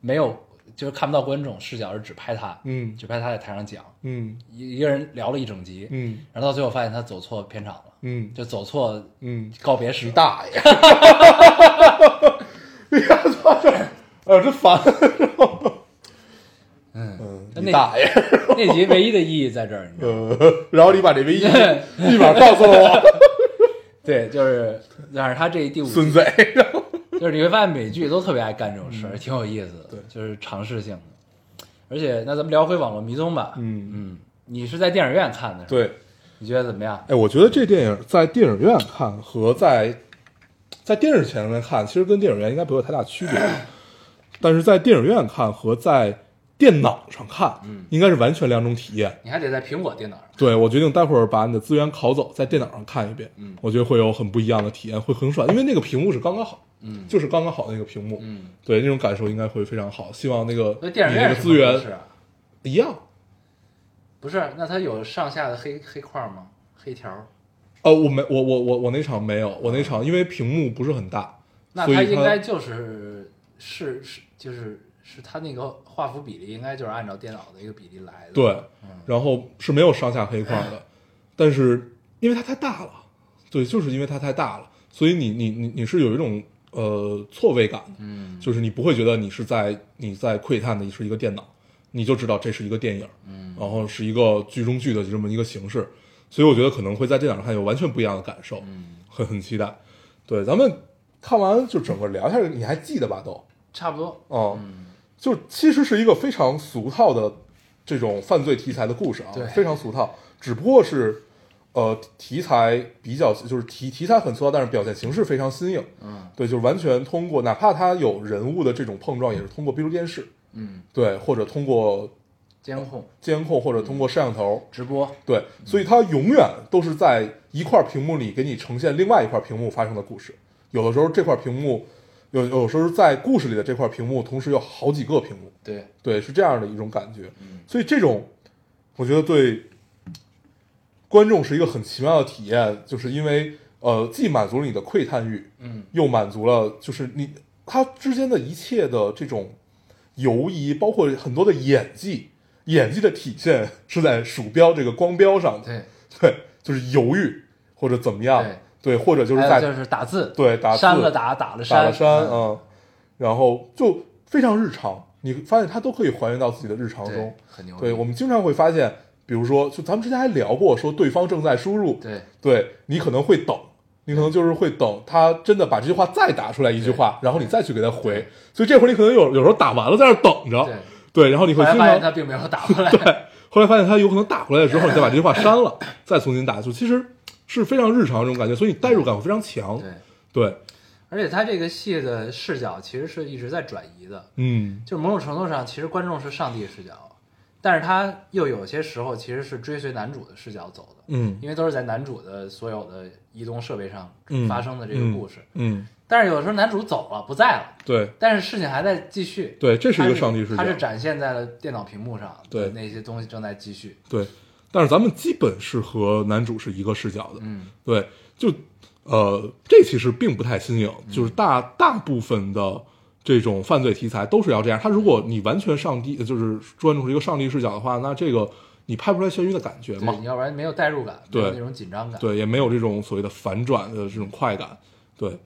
A: 没有就是看不到观众视角，是只拍他，
B: 嗯
A: 只拍他在台上讲，
B: 嗯
A: 一一个人聊了一整集，
B: 嗯
A: 然后到最后发现他走错片场了，
B: 嗯
A: 就走错
B: 嗯，
A: 告别式
B: 你。大爷！ 你看操这，哎呦真烦！嗯
A: 那
B: 你大 爷！
A: 那集唯一的意义在这儿，你知道吗？
B: 呃，然后你把这唯一 立马告诉了我，
A: 对，就是，但是他这第五
B: 孙
A: 季，
B: 子。然后
A: 就是你会发现美剧都特别爱干这种事儿，挺有意思的，
B: 嗯对
A: 就是尝试性的。而且，那咱们聊回网络迷踪吧，
B: 嗯，
A: 嗯，你是在电影院看的，，
B: 对，
A: 你觉得怎么样？
B: 哎，我觉得这电影在电影院看和在在电视前面看，其实跟电影院应该不会有太大区别，但是在电影院看和在电脑上看，应该是完全两种体验。
A: 你还得在苹果电脑上，
B: 对，我决定待会儿把你的资源拷走，在电脑上看一遍，嗯，我觉得会有很不一样的体验，会很爽，因为那个屏幕是刚刚好，嗯，就是刚刚好那个屏幕，
A: 嗯，
B: 对，那种感受应该会非常好。希望那个
A: 那电影
B: 你
A: 院
B: 那
A: 是不
B: 个资
A: 是
B: 源
A: 是啊
B: 一样，
A: 不是？那它有上下的黑黑块吗？黑条？
B: 呃，我没，我我我我那场没有，我那
A: 嗯
B: 场因为屏幕不是很大，
A: 那
B: 所以
A: 它
B: 它
A: 应该就是是是就是是它那个画幅比例应该就是按照电脑的一个比例来的，
B: 对，
A: 嗯
B: 然后是没有上下黑块 的，但是因为它太大了，对，就是因为它太大了，所以你你你你是有一种呃错位感的，嗯，就是你不会觉得你是在你在窥探的是一个电脑，你就知道这是一个电影，嗯，然后是一个剧中剧的这么一个形式，所以我觉得可能会在电脑上看有完全不一样的感受，嗯，很很期待，对，咱们看完就整个聊一下，你还记得吧都？
A: 差不多。
B: 哦，就其实是一个非常俗套的这种犯罪题材的故事啊
A: 对，
B: 非常俗套，只不过是呃题材比较就是题题材很俗套，但是表现形式非常新颖。
A: 嗯，
B: 对，就是完全通过哪怕它有人物的这种碰撞，也是通过闭路电视，
A: 嗯，
B: 对，或者通过
A: 监控
B: 监控，或者通过摄像头，
A: 直播，
B: 对，所以它永远都是在一块屏幕里给你呈现另外一块屏幕发生的故事。有的时候这块屏幕，有有时候在故事里的这块屏幕，同时有好几个屏幕，
A: 对，
B: 对，是这样的一种感觉。所以这种，我觉得对观众是一个很奇妙的体验，就是因为呃，既满足了你的窥探欲，
A: 嗯，
B: 又满足了就是你它之间的一切的这种游移，包括很多的演技，演技的体现是在鼠标这个光标上的，
A: 对，
B: 对，就是犹豫或者怎么样，对，或者就是
A: 还有
B: 在
A: 就是打字，
B: 对打字
A: 删了打，打了
B: 打了
A: 删，
B: 山
A: 嗯
B: 嗯，然后就非常日常，你发现它都可以还原到自己的日常中
A: 对，，很牛逼，
B: 啊对，我们经常会发现，比如说，就咱们之前还聊过，说对方正在输入，
A: 对
B: 对你可能会等，你可能就是会等他真的把这句话再打出来一句话，然后你再去给他回，所以这会儿你可能有有时候打完了在那儿等着，
A: 对，
B: 对，然后你
A: 后
B: 会
A: 来
B: 经
A: 发现
B: 常
A: 他并没有打过来，
B: 对， 后来发现他有可能打回来之后，你再把这句话删了，再重新打出，其实是非常日常的这种感觉，所以你代入感会非常强，
A: 对，
B: 对，
A: 而且他这个戏的视角其实是一直在转移的，
B: 嗯，
A: 就是某种程度上，其实观众是上帝视角，但是他又有些时候其实是追随男主的视角走的，
B: 嗯
A: 因为都是在男主的所有的移动设备上
B: 嗯，
A: 发生的这个故事。
B: 嗯，嗯，
A: 但是有时候男主走了，不在了，
B: 对，
A: 但是事情还在继续。
B: 对这是一个
A: 它
B: 上帝视角
A: 它是展现在了电脑屏幕上，
B: 对
A: 那些东西正在继续。
B: 对，但是咱们基本是和男主是一个视角的，
A: 嗯，
B: 对，就呃，这其实并不太新颖，就是大大部分的这种犯罪题材都是要这样。他如果你完全上帝，就是专注是一个上帝视角的话，那这个你拍不出来悬疑的感觉
A: 对，
B: 嘛
A: 你，要不然没有代入感，没
B: 对
A: 有那种紧张感。，
B: 对，也没有这种所谓的反转的这种快感，对，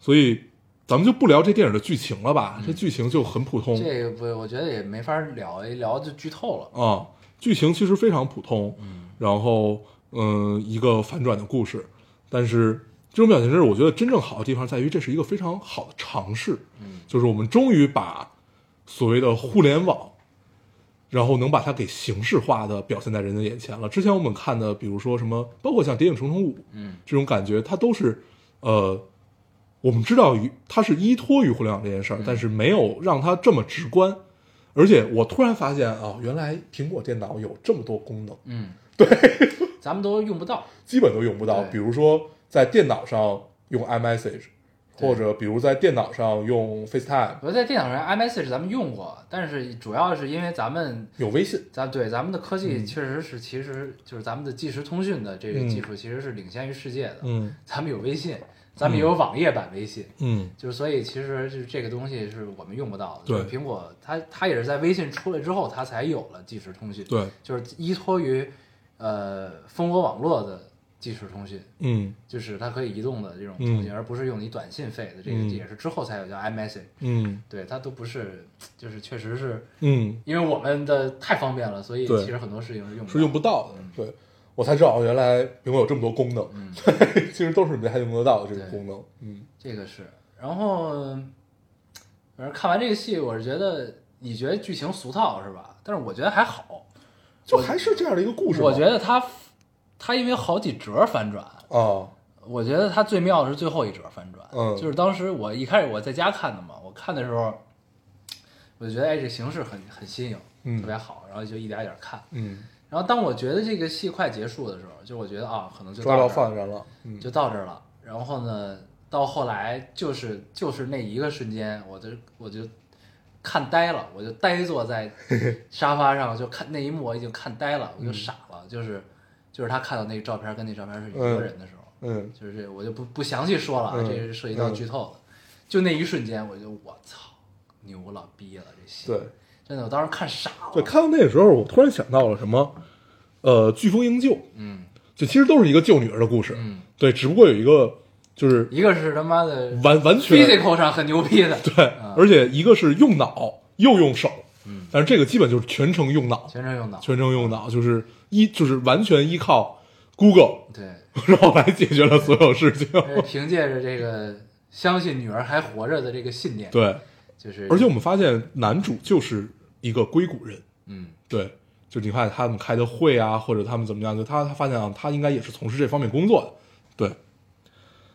B: 所以咱们就不聊这电影的剧情了吧，这剧情就很普通，
A: 这个不，我觉得也没法聊，一聊就剧透了。
B: 啊，剧情其实非常普通，然后嗯，一个反转的故事，但是这种表现形式，我觉得真正好的地方在于，这是一个非常好的尝试，嗯，就是我们终于把所谓的互联网，然后能把它给形式化的表现在人的眼前了。之前我们看的，比如说什么，包括像《谍影重重五》，
A: 嗯，
B: 这种感觉，它都是呃。我们知道于它是依托于互联网这件
A: 嗯
B: 事儿，但是没有让它这么直观，而且我突然发现啊，原来苹果电脑有这么多功能，
A: 嗯，对， 咱们都用不到。
B: 基本都用不到。
A: 对
B: 比如说在电脑上用 iMessage，
A: 对
B: 或者比如在电脑上用 FaceTime，
A: 我在电脑上 iMessage 咱们用过，但是主要是因为咱们
B: 有微信。
A: 咱对咱们的科技确实是，其实就是咱们的即时通讯的这个
B: 嗯
A: 技术其实是领先于世界的。
B: 嗯
A: 咱们有微信，咱们也有网页版微信，
B: 嗯，
A: 就是所以其实就是这个东西是我们用不到的。就
B: 对
A: 是苹果它它也是在微信出来之后，它才有了即时通讯。，
B: 对，
A: 就是依托于呃蜂窝网络的即时通讯，
B: 嗯
A: 就是它可以移动的这种通讯，
B: 嗯
A: 而不是用你短信费的这个，
B: 嗯
A: 也是之后才有叫 iMessage。
B: 嗯
A: 对，它都不是，就是确实是
B: 嗯，
A: 因为我们的太方便了，所以
B: 对
A: 其实很多事情是用
B: 是用不
A: 不到
B: 到的。对，我才知道哦原 来苹果有这么多功能，其实都是没太用得到的这个
A: 嗯对
B: 功能。嗯，
A: 这个是，然后，反正看完这个戏，我是觉得你觉得剧情俗套是吧？但是我觉得还好，
B: 就还是这样的一个故事吧。
A: 我觉得它它因为好几折反转，
B: 啊，
A: 我觉得它最妙的是最后一折反转，
B: 嗯
A: 就是当时我一开始我在家看的嘛，我看的时候，我就觉得哎这形式很很新颖，
B: 嗯
A: 特别好，然后就一点一点看。
B: 嗯，
A: 然后当我觉得这个戏快结束的时候，就我觉得啊，可能就
B: 抓
A: 到
B: 到
A: 这儿
B: 犯人了，嗯，
A: 就到这儿了。然后呢，到后来就是就是那一个瞬间，我就我就看呆了，我就呆坐 在沙发上，就看那一幕，我已经看呆了，我就傻了，就是就是他看到那个照片跟那照片是一个人的时候，
B: 嗯，
A: 就是这我就不不详细说了啊，
B: 嗯
A: 这是涉及到剧透的。就那一瞬间，我就我操，牛了逼了，这戏
B: 对
A: 真的，我当时看傻
B: 对，
A: 了。
B: 看到那个时候，我突然想到了什么，呃，飓风营救，
A: 嗯
B: 就其实都是一个救女儿的故事，
A: 嗯，
B: 对，只不过有一个就是
A: 一个是他妈的
B: 完完全
A: physical 上很牛逼的，
B: 对，而且一个是用脑又用手，
A: 嗯，
B: 但是这个基本就是全程用脑，
A: 全程用脑，
B: 全程用脑，就是依就是完全依靠 Google，
A: 对。
B: 然后来解决了所有 事情。
A: 呃凭借着这个相信女儿还活着的这个信念，，
B: 对，
A: 就是
B: 而且我们发现男主就是一个硅谷人，
A: 嗯，
B: 对，就你看他们开的会啊，或者他们怎么样，就他他发现啊，他应该也是从事这方面工作的，对，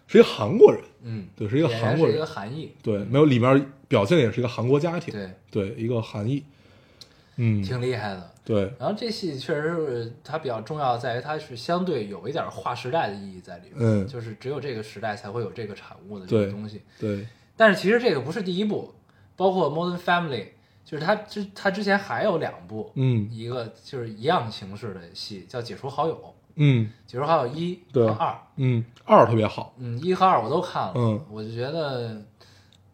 B: 是一个韩国人，
A: 嗯，
B: 对，是一个
A: 俨然
B: 韩国
A: 是一
B: 人
A: 个，韩裔，
B: 对，没有里面表现的也是一个韩国家庭，
A: 对，
B: 对，一个韩裔，嗯，
A: 挺厉害的。
B: 对，
A: 然后这戏确实是它比较重要，在于它是相对有一点划时代的意义在里面，
B: 嗯
A: 就是只有这个时代才会有这个产物的这个
B: 对
A: 东西。
B: 对，
A: 但是其实这个不是第一部，包括《Modern Family》，就是它之它之前还有两部，
B: 嗯
A: 一个就是一样形式的戏叫《解除好友》，
B: 嗯
A: 《解除好友一》
B: 对
A: 和二，
B: 嗯，二特别好，
A: 嗯，一和二我都看了，
B: 嗯
A: 我就觉得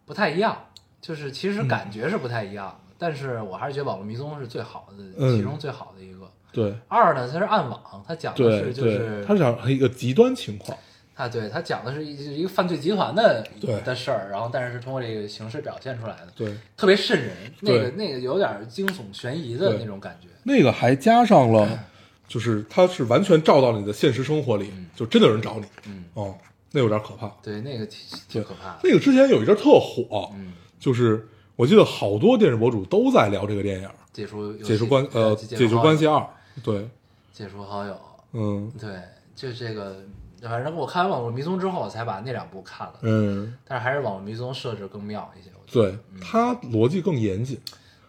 A: 不太一样，就是其
B: 嗯
A: 实感觉是不太一样，但是我还是觉得《网络迷踪》是最好的，
B: 嗯
A: 其中最好的一个。
B: 对
A: 二呢，它是暗网，它讲的
B: 对
A: 啊是就
B: 对
A: 是，
B: 他讲一个极端情况，
A: 啊，对，它讲的是一就是一个犯罪集团的
B: 对
A: 的事儿，然后但是是通过这个形式表现出来的，
B: 对，
A: 特别瘆人，那个
B: 对
A: 那个有点惊悚悬疑的
B: 对
A: 那种感觉，
B: 那个还加上了，就是他是完全照到你的现实生活里，就真的有人找你，
A: 嗯，
B: 哦，那有点可怕。
A: 对，那个挺挺可怕的，
B: 那个之前有一阵儿特火，
A: 嗯，
B: 就是我记得好多电视博主都在聊这个电影儿
A: 解除
B: 《解除关呃解除关系，二》，对，
A: 解除好友，
B: 嗯
A: 对，就这个，反正我看完《网络迷踪》之后，我才把那两部看了，
B: 嗯，
A: 但是还是《网络迷踪》设置更妙一些，我觉得。
B: 对，他逻辑更严谨，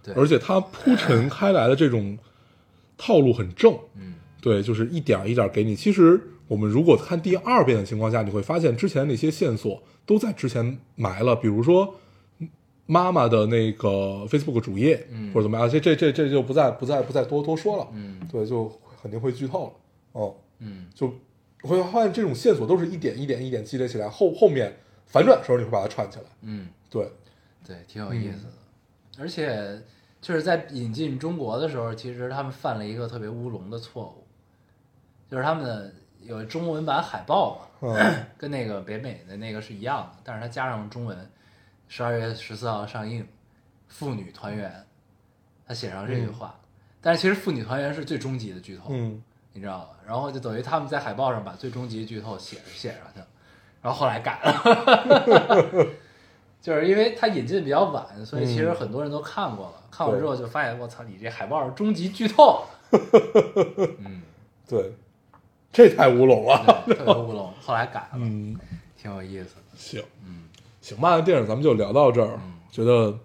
A: 对，
B: 而且他铺陈开来的这种套路很正，
A: 嗯，
B: 对，就是一点儿一点儿给你。其实我们如果看第二遍的情况下，你会发现之前那些线索都在之前埋了，比如说嗯妈妈的那个 Facebook 主页，
A: 嗯
B: 或者怎么样，这这这这就不再不再不再多多说了，
A: 嗯
B: 对，就会肯定会剧透了，哦，
A: 嗯，
B: 就会发现这种线索都是一点一点一点积累起来，后后面反转的时候你会把它串起来，
A: 嗯，
B: 对，
A: 对，挺有意
B: 嗯
A: 思的。而且就是在引进中国的时候，其实他们犯了一个特别乌龙的错误，就是他们的有中文版海报嘛，
B: 嗯
A: 跟那个北美的那个是一样的，但是它加上中文，十二月十四号上映，《妇女团圆》，他写上这句话，但是其实《妇女团圆》是最终极的剧透，
B: 嗯，
A: 你知道吗？然后就等于他们在海报上把最终极剧透写写上去了，然后后来改了， 就是因为它引进比较晚，所以其实很多人都看过了，看过之后就发现我操，你这海报是终极剧透， 嗯，
B: 对，这太乌龙了，
A: 对，特别乌龙，后来改了，
B: 嗯，
A: 挺有意思的，
B: 行。
A: 嗯，
B: 行吧，那电影咱们就聊到这儿，觉得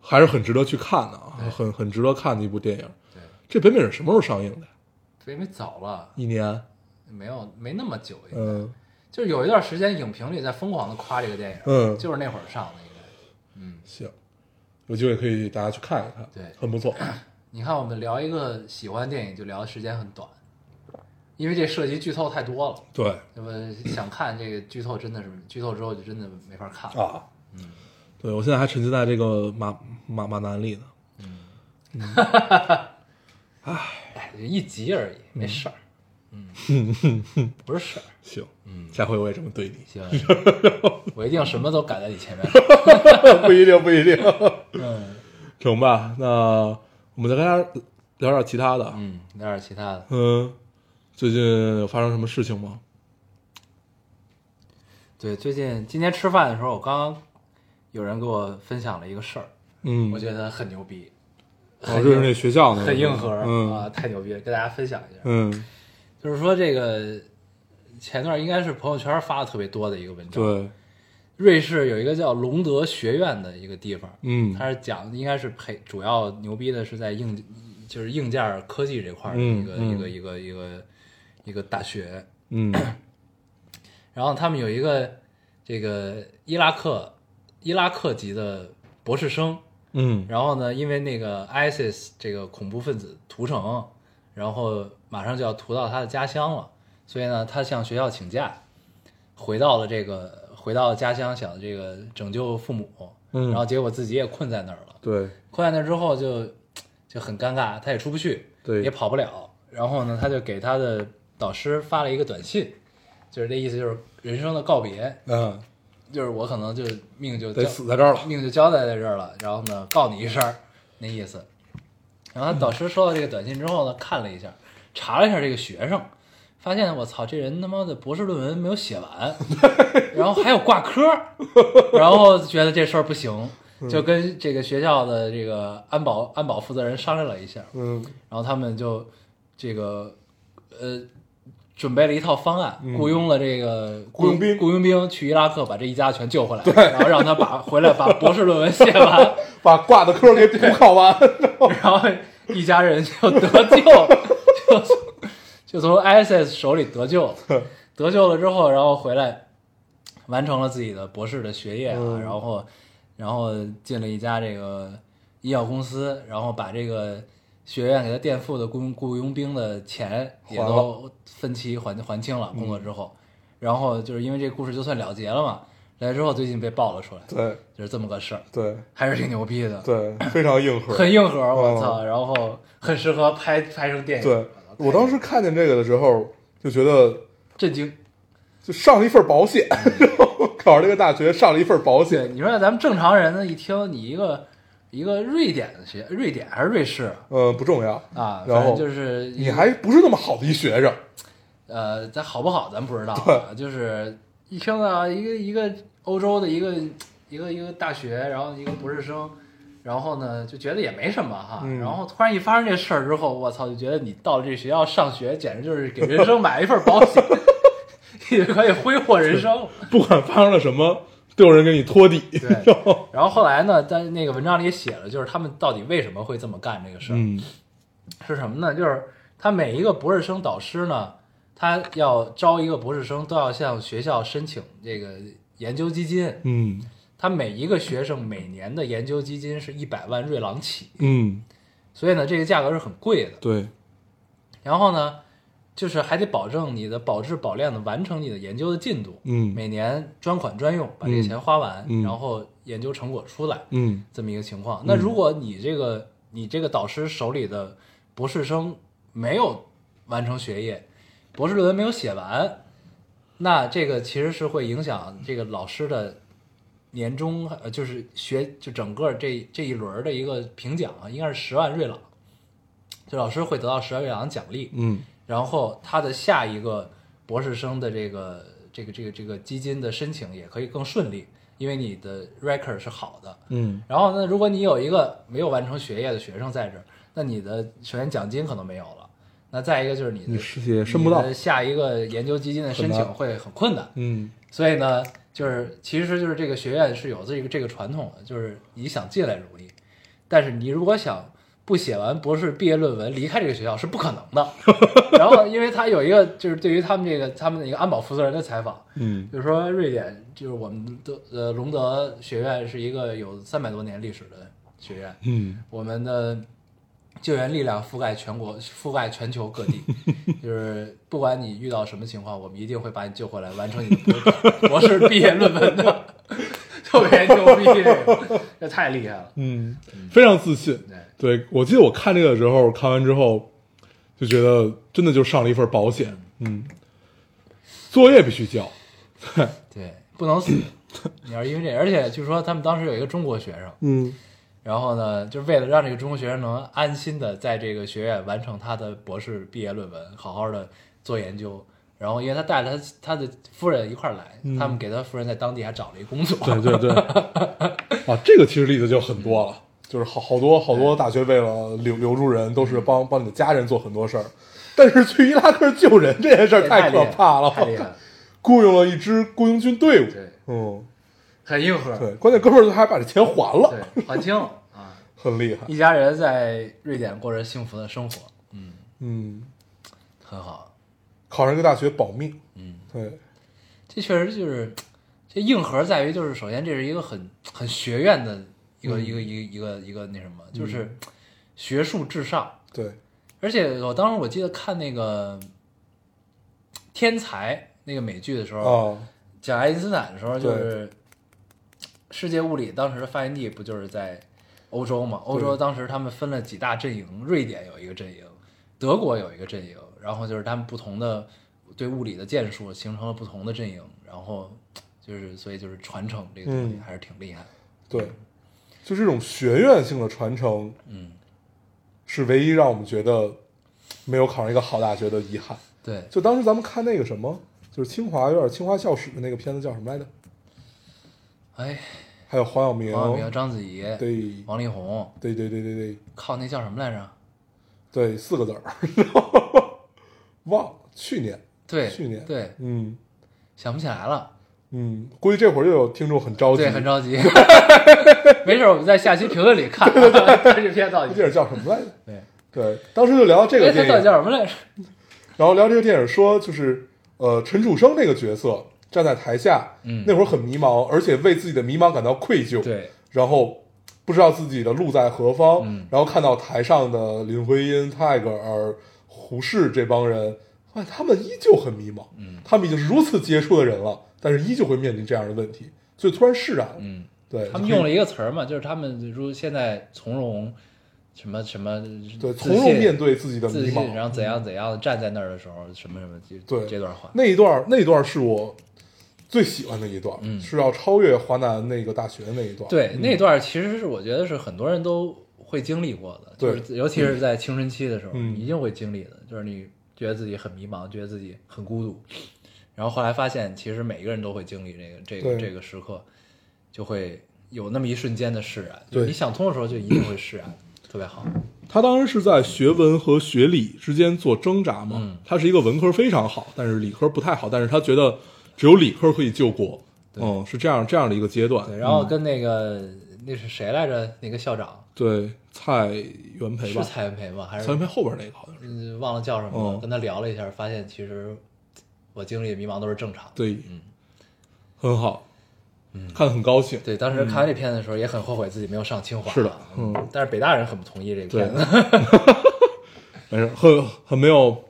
B: 还是很值得去看的啊，很很值得看的一部电影。
A: 对，
B: 这北美是什么时候上映的呀？
A: 北美早了，
B: 一年，
A: 没有没那么久，应该
B: 嗯
A: 就是有一段时间影评里在疯狂的夸这个电影，
B: 嗯，
A: 就是那会儿上的应该。嗯，
B: 行，有机会可以大家去看一看，
A: 对
B: 很不 错。
A: 你看，我们聊一个喜欢电影就聊的时间很短，因为这涉及剧透太多了。
B: 对
A: 那么想看这个剧透，真的是剧透之后就真的没法看了。
B: 啊，嗯，对我现在还沉浸在这个马马马南里呢。
A: 哎，就一集而已，没事儿。嗯，不是事儿。
B: 行，嗯，下回我也这么对你，
A: 行，我一定什么都赶在你前面。
B: 不一定，不一 定，
A: 嗯
B: 成吧？那我们再跟大家聊点其他的啊。
A: 嗯，聊点其他的。
B: 嗯，最近有发生什么事情吗？
A: 对，最近今天吃饭的时候，我刚刚有人给我分享了一个事儿，
B: 嗯，
A: 我觉得很牛逼，
B: 哦，就是那
A: 硬
B: 学校那个，
A: 很硬核
B: 嗯
A: 啊，太牛逼了，跟大家分享一下。
B: 嗯，
A: 就是说这个前段应该是朋友圈发的特别多的一个文章，
B: 对，
A: 瑞士有一个叫隆德学院的一个地方，
B: 嗯
A: 它是讲应该是培主要牛逼的是在硬就是硬件科技这块儿的
B: 嗯
A: 一个、
B: 嗯
A: 一个一个一个一个大学，
B: 嗯
A: 然后他们有一个这个伊拉克伊拉克籍的博士生，
B: 嗯
A: 然后呢，因为那个 ISIS 这个恐怖分子屠城，然后马上就要屠到他的家乡了，所以呢，他向学校请假，回到了这个回到家乡，想这个拯救父母，
B: 嗯
A: 然后结果自己也困在那儿了。
B: 对，
A: 困在那儿之后就就很尴尬，他也出不去，
B: 对
A: 也跑不了。然后呢，他就给他的导师发了一个短信，就是这意思，就是人生的告别，
B: 嗯，
A: 就是我可能就命就
B: 得
A: 交
B: 死在这儿了，
A: 命就交代在这儿了，然后呢，告你一声儿，那意思。然后他导师收到这个短信之后呢，看了一下，查了一下这个学生，发现我操，这人他妈的博士论文没有写完，然后还有挂科儿，然后觉得这事儿不行，就跟这个学校的这个安保安保负责人商量了一下，
B: 嗯
A: 然后他们就这个呃准备了一套方案，雇佣了这个
B: 嗯雇佣兵
A: 雇佣兵去伊拉克把这一家全救回来，然后让他把回来把博士论文写完，
B: 把挂的科给补考完，
A: 然后一家人就得救，就从就从 ISIS 手里得救，
B: 嗯
A: 得救了之后，然后回来完成了自己的博士的学业啊，
B: 嗯
A: 然后然后进了一家这个医药公司，然后把这个学院给他垫付的雇佣雇佣兵的钱也
B: 还嗯
A: 都分期还还清了，工作之后，然后就是因为这故事就算了结了嘛，来之后最近被爆了出来，
B: 对
A: 就是这么个事儿，
B: 对
A: 还是挺牛逼的，
B: 对，非常硬核，
A: 很硬核，我
B: 嗯
A: 操！然后很适合拍拍成电影，
B: 对，我当时看见这个的时候就觉得
A: 震惊。
B: 就上了一份保险， 然后考上这个大学上了一份保
A: 对，
B: 险，
A: 你说咱们正常人呢，一听你一个一个瑞典的学，瑞典还是瑞士
B: 呃，不重要，
A: 啊？
B: 然
A: 反
B: 后
A: 正就是
B: 你还不是那么好的一学生，
A: 呃，咱好不好咱不知道啊，就是一听到一个一个欧洲的一个一个一个大学，然后一个博士生。然后呢，就觉得也没什么哈。
B: 嗯
A: 然后突然一发生这事儿之后，我操，就觉得你到这学校上学，简直就是给人生买了一份保 险，你就可以挥霍人生。
B: 不管发生了什么，都有人给你托底，
A: 对
B: 然后
A: 然后后来呢，在那个文章里也写了，就是他们到底为什么会这么干这个事儿、
B: 嗯
A: 是什么呢？就是他每一个博士生导师呢，他要招一个博士生，都要向学校申请这个研究基金。
B: 嗯
A: 他每一个学生每年的研究基金是一百万瑞郎起，
B: 嗯，
A: 所以呢，这个价格是很贵的。
B: 对，
A: 然后呢，就是还得保证你的保质保量的完成你的研究的进度，
B: 嗯
A: 每年专款专用，把这个钱花完，
B: 嗯
A: 然后研究成果出来，
B: 嗯
A: 这么一个情况。那如果你这个你这个导师手里的博士生没有完成学业，博士论文没有写完，那这个其实是会影响这个老师的年终，呃，就是学就整个这这一轮儿的一个评奖啊，应该是十万瑞朗，就老师会得到十万瑞朗奖励。
B: 嗯
A: 然后他的下一个博士生的这个这个这个这个基金的申请也可以更顺利，因为你的 record 是好的。
B: 嗯
A: 然后呢，如果你有一个没有完成学业的学生在这儿，那你的首先奖金可能没有了，那再一个就是你的
B: 你是也申不到
A: 你的下一个研究基金的申
B: 很
A: 请
B: 难
A: 会很困难。
B: 嗯
A: 所以呢，就是其实就是这个学院是有这个这个传统的，就是你想进来容易，但是你如果想不写完博士毕业论文离开这个学校是不可能 的。然后，因为他有一个就是对于他们这个他们的一个安保负责人的采访，
B: 嗯
A: 就是说瑞典就是我们的呃隆德学院是一个有三百多年历史的学院，
B: 嗯
A: 我们的救援力量覆盖全国，覆盖全球各地，就是不管你遇到什么情况，我们一定会把你救回来，完成你的博士毕业论文的，特别牛逼，这个这太厉害了。
B: 嗯，非常自信。
A: 对，
B: 对我记得我看这个的时候，看完之后就觉得真的就上了一份保险。嗯，作业必须交。
A: 对，不能死。你要是因为这，而且据说他们当时有一个中国学生，
B: 嗯
A: 然后呢，就是为了让这个中国学生能安心的在这个学院完成他的博士毕业论文，好好的做研究。然后，因为他带嗯 着他他的夫人一块儿来，他们给他夫人在当地还找了一工作。
B: 对对对，啊，这个其实例子就很多了，就是好好多好多大学为了留留住人，都是帮帮你的家人做很多事儿，但是去伊拉克救人这件事儿
A: 这 太厉
B: 可
A: 害
B: 怕了，
A: 太厉害了，
B: 雇佣了一支雇佣军队伍，
A: 对
B: 嗯，
A: 很硬核，
B: 对，关键哥们儿还把这钱还了，
A: 啊对，还清了啊！
B: 很厉害，
A: 一家人在瑞典过着幸福的生活，
B: 嗯，
A: 很好。
B: 考上一个大学保命，嗯，对，
A: 这确实就是，这硬核在于就是，首先这是一个很很学院的一个、
B: 嗯
A: 一个一个一个一个那什么，就是学术至上。
B: 对，
A: 而且我当时我记得看那个《天才》那个美剧的时候，
B: 啊，
A: 讲爱因斯坦的时候，就是世界物理当时的发源地不就是在欧洲嘛？欧洲当时他们分了几大阵营，瑞典有一个阵营，德国有一个阵营，然后就是他们不同的对物理的建树形成了不同的阵营，然后就是所以就是传承这个东西
B: 嗯
A: 还是挺厉害的。
B: 对，就这种学院性的传承，
A: 嗯，
B: 是唯一让我们觉得没有考上一个好大学的遗憾。
A: 对，
B: 就当时咱们看那个什么，就是清华有点清华校史的那个片子叫什么来着？
A: 哎，
B: 还有黄晓明，
A: 王晓明、章子怡、
B: 对
A: 王力宏，
B: 对对对对对
A: 靠那叫什么来着？
B: 对，四个字儿， 忘了。去年，
A: 对，
B: 去年
A: 对，
B: 嗯
A: 想不起来了。
B: 嗯，估计这会儿又有听众很着急，
A: 对，很着 急。没事，我们在下期评论里 看这片到
B: 这
A: 底
B: 电影叫什么来着？
A: 对。
B: 对，当时就聊到这
A: 哎它
B: 个电
A: 到底
B: 影，
A: 叫什么来着？
B: 然后聊这个电影说，就是呃，陈楚生这个角色站在台下，
A: 嗯
B: 那会儿很迷茫，而且为自己的迷茫感到愧疚，，
A: 对，
B: 然后不知道自己的路在何方，
A: 嗯
B: 然后看到台上的林徽因、泰戈尔、胡适这帮人，发现他们依旧很迷茫，
A: 嗯
B: 他们已经是如此杰出的人了，但是依旧会面临这样的问题，所以突然释然了，
A: 嗯，
B: 对，
A: 他们用了一个词儿嘛，就是他们如现在从容，什么什么，
B: 对
A: 自
B: 从容
A: 信
B: 面对自己的
A: 自
B: 迷
A: 信，
B: 茫，嗯
A: 然后怎样怎样站在那儿的时候，什么什么，就
B: 对
A: 这段话，
B: 那一段那一段是我最喜欢的一段，
A: 嗯
B: 是要超越华南那个大学的那一段，
A: 对
B: 嗯
A: 那段其实是我觉得是很多人都会经历过的，就
B: 对
A: 是尤其是在青春期的时候，
B: 嗯
A: 你一定会经历的，就是你觉得自己很迷茫，觉得自己很孤独，然后后来发现其实每一个人都会经历这个这个
B: 对
A: 这个时刻，就会有那么一瞬间的释然，
B: 对
A: 就你想通的时候就一定会释然，特别好，
B: 他当然是在学文和学理之间做挣扎嘛。
A: 嗯
B: 他是一个文科非常好，但是理科不太好，但是他觉得只有理科可以救国。嗯，是这样这样的一个阶段。
A: 对，然后
B: 嗯
A: 跟那个、那是谁来着？那个校长
B: 对蔡元培吧
A: 是，蔡元培吗？还是
B: 蔡元培后边那个好像是
A: 嗯忘了叫什么了？
B: 嗯
A: 跟他聊了一下，发现其实我经历的迷茫都是正常的。
B: 对，
A: 嗯
B: 很好，看得很高兴。
A: 对，当时看完这片子的时候，也很后悔自己没有上清华。
B: 是的，嗯，
A: 但是北大人很不同意这个
B: 对
A: 片子，，
B: 没事，很很没有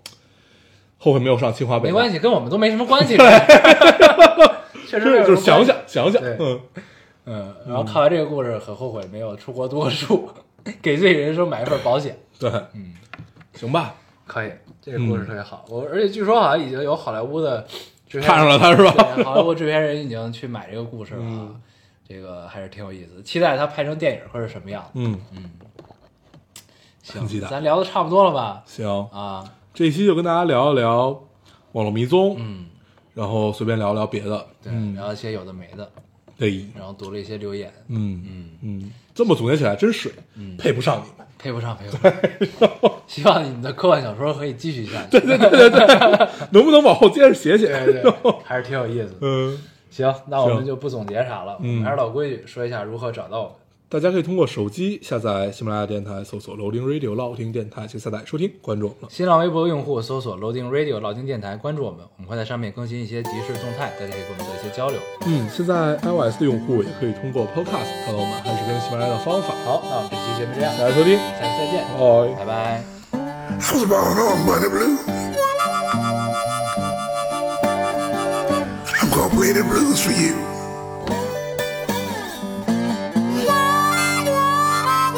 B: 后悔没有上清华北大，
A: 没关系，跟我们都没什么关系。 确实没有
B: 这
A: 什
B: 就
A: 么
B: 是想
A: 关系，
B: 想想想
A: 对，
B: 嗯，
A: 嗯，然后看完这个故事，很后悔没有出国读过书， 给自己人生买一份保险。
B: 对，嗯，行吧，
A: 可以，这个故事特别好。我而且据说好像已经有好莱坞的制片人
B: 看上了他是吧？
A: 对好莱坞制片人已经去买这个故事了啊
B: 嗯，
A: 这个还是挺有意思的。期待他拍成电影会是什么样子。
B: 嗯，
A: 行，
B: 期待
A: 咱聊的差不多了吧？
B: 行，
A: 啊，
B: 这一期就跟大家聊一聊网络迷踪，
A: 嗯，
B: 然后随便聊聊别的，
A: 对，聊一些有的没的，
B: 对，
A: 然后读了一些留言，
B: 嗯
A: 嗯，
B: 嗯，这么总结起来真是配不上你们，
A: 配不上，配不上。希望你们的科幻小说可以继续下去， 对
B: 能不能往后接着写写？
A: 对对，还是挺有意思的。
B: 嗯，
A: 行，那我们
B: 行
A: 就不总结啥了，我
B: 嗯
A: 们还是老规矩，说一下如何找到我们。
B: 大家可以通过手机下载喜马拉雅电台，搜索“楼林 Radio” 老听电台，去下载收听，关注我们了。
A: 新浪微博用户搜索 Loading Radio 老丁电台，关注我们，我们会在上面更新一些即时动态，大家可以跟我们做一些交流。
B: 嗯，现在 iOS 的用户也可以通过 Podcast 找到我们，还是跟喜马拉雅的方法。
A: 好，那我们这期节目这样，
B: 大家收听，
A: 下期再见，
B: 哦。
A: 拜拜。
C: I was born on Money Blue. I'm gonna play the blues for you.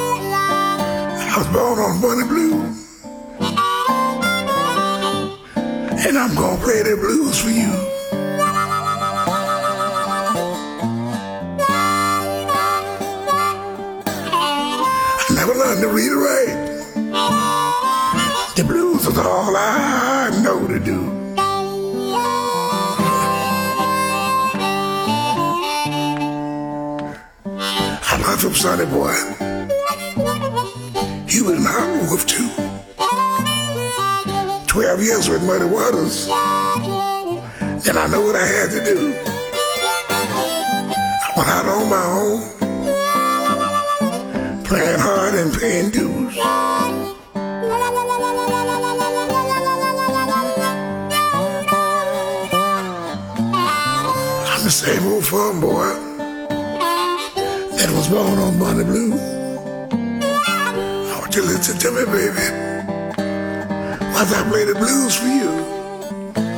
C: I was born on Money Blue. And I'm gonna play the blues for you. I never learned to read or write. The blues is all I know to do. I Aside from Sonny Boy, he was in Hollywood too. 12 years with Muddy Waters, and I know what I had to do. I went out on my own, playing hard and paying dues. I'm the same old farm boy that was born on Bonnie Blue. I want you to listen to me, baby. Once I play the blues for you.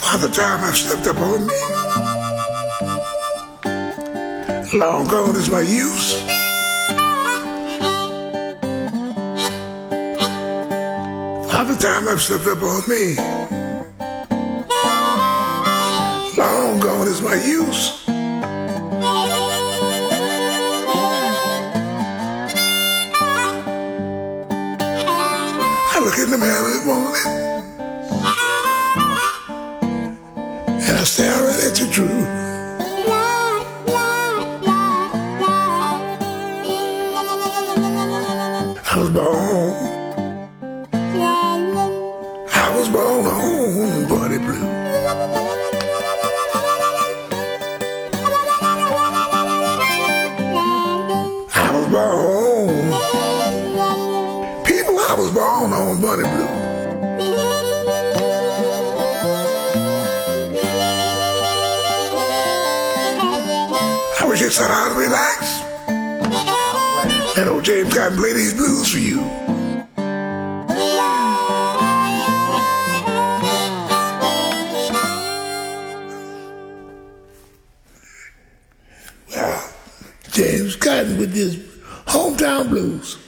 C: By the time I've slipped up on me, long gone is my use. By the time I've slipped up on me, long gone is my use. I look in the mirror in the morning. and I stare right at you, Drew. I was born, I was born on Buddy Blue. I was born, people, I was born on Buddy Blue. I wish you'd sit down and relax. That old James Cotton play these blues for you. Well, James Cotton with his hometown blues.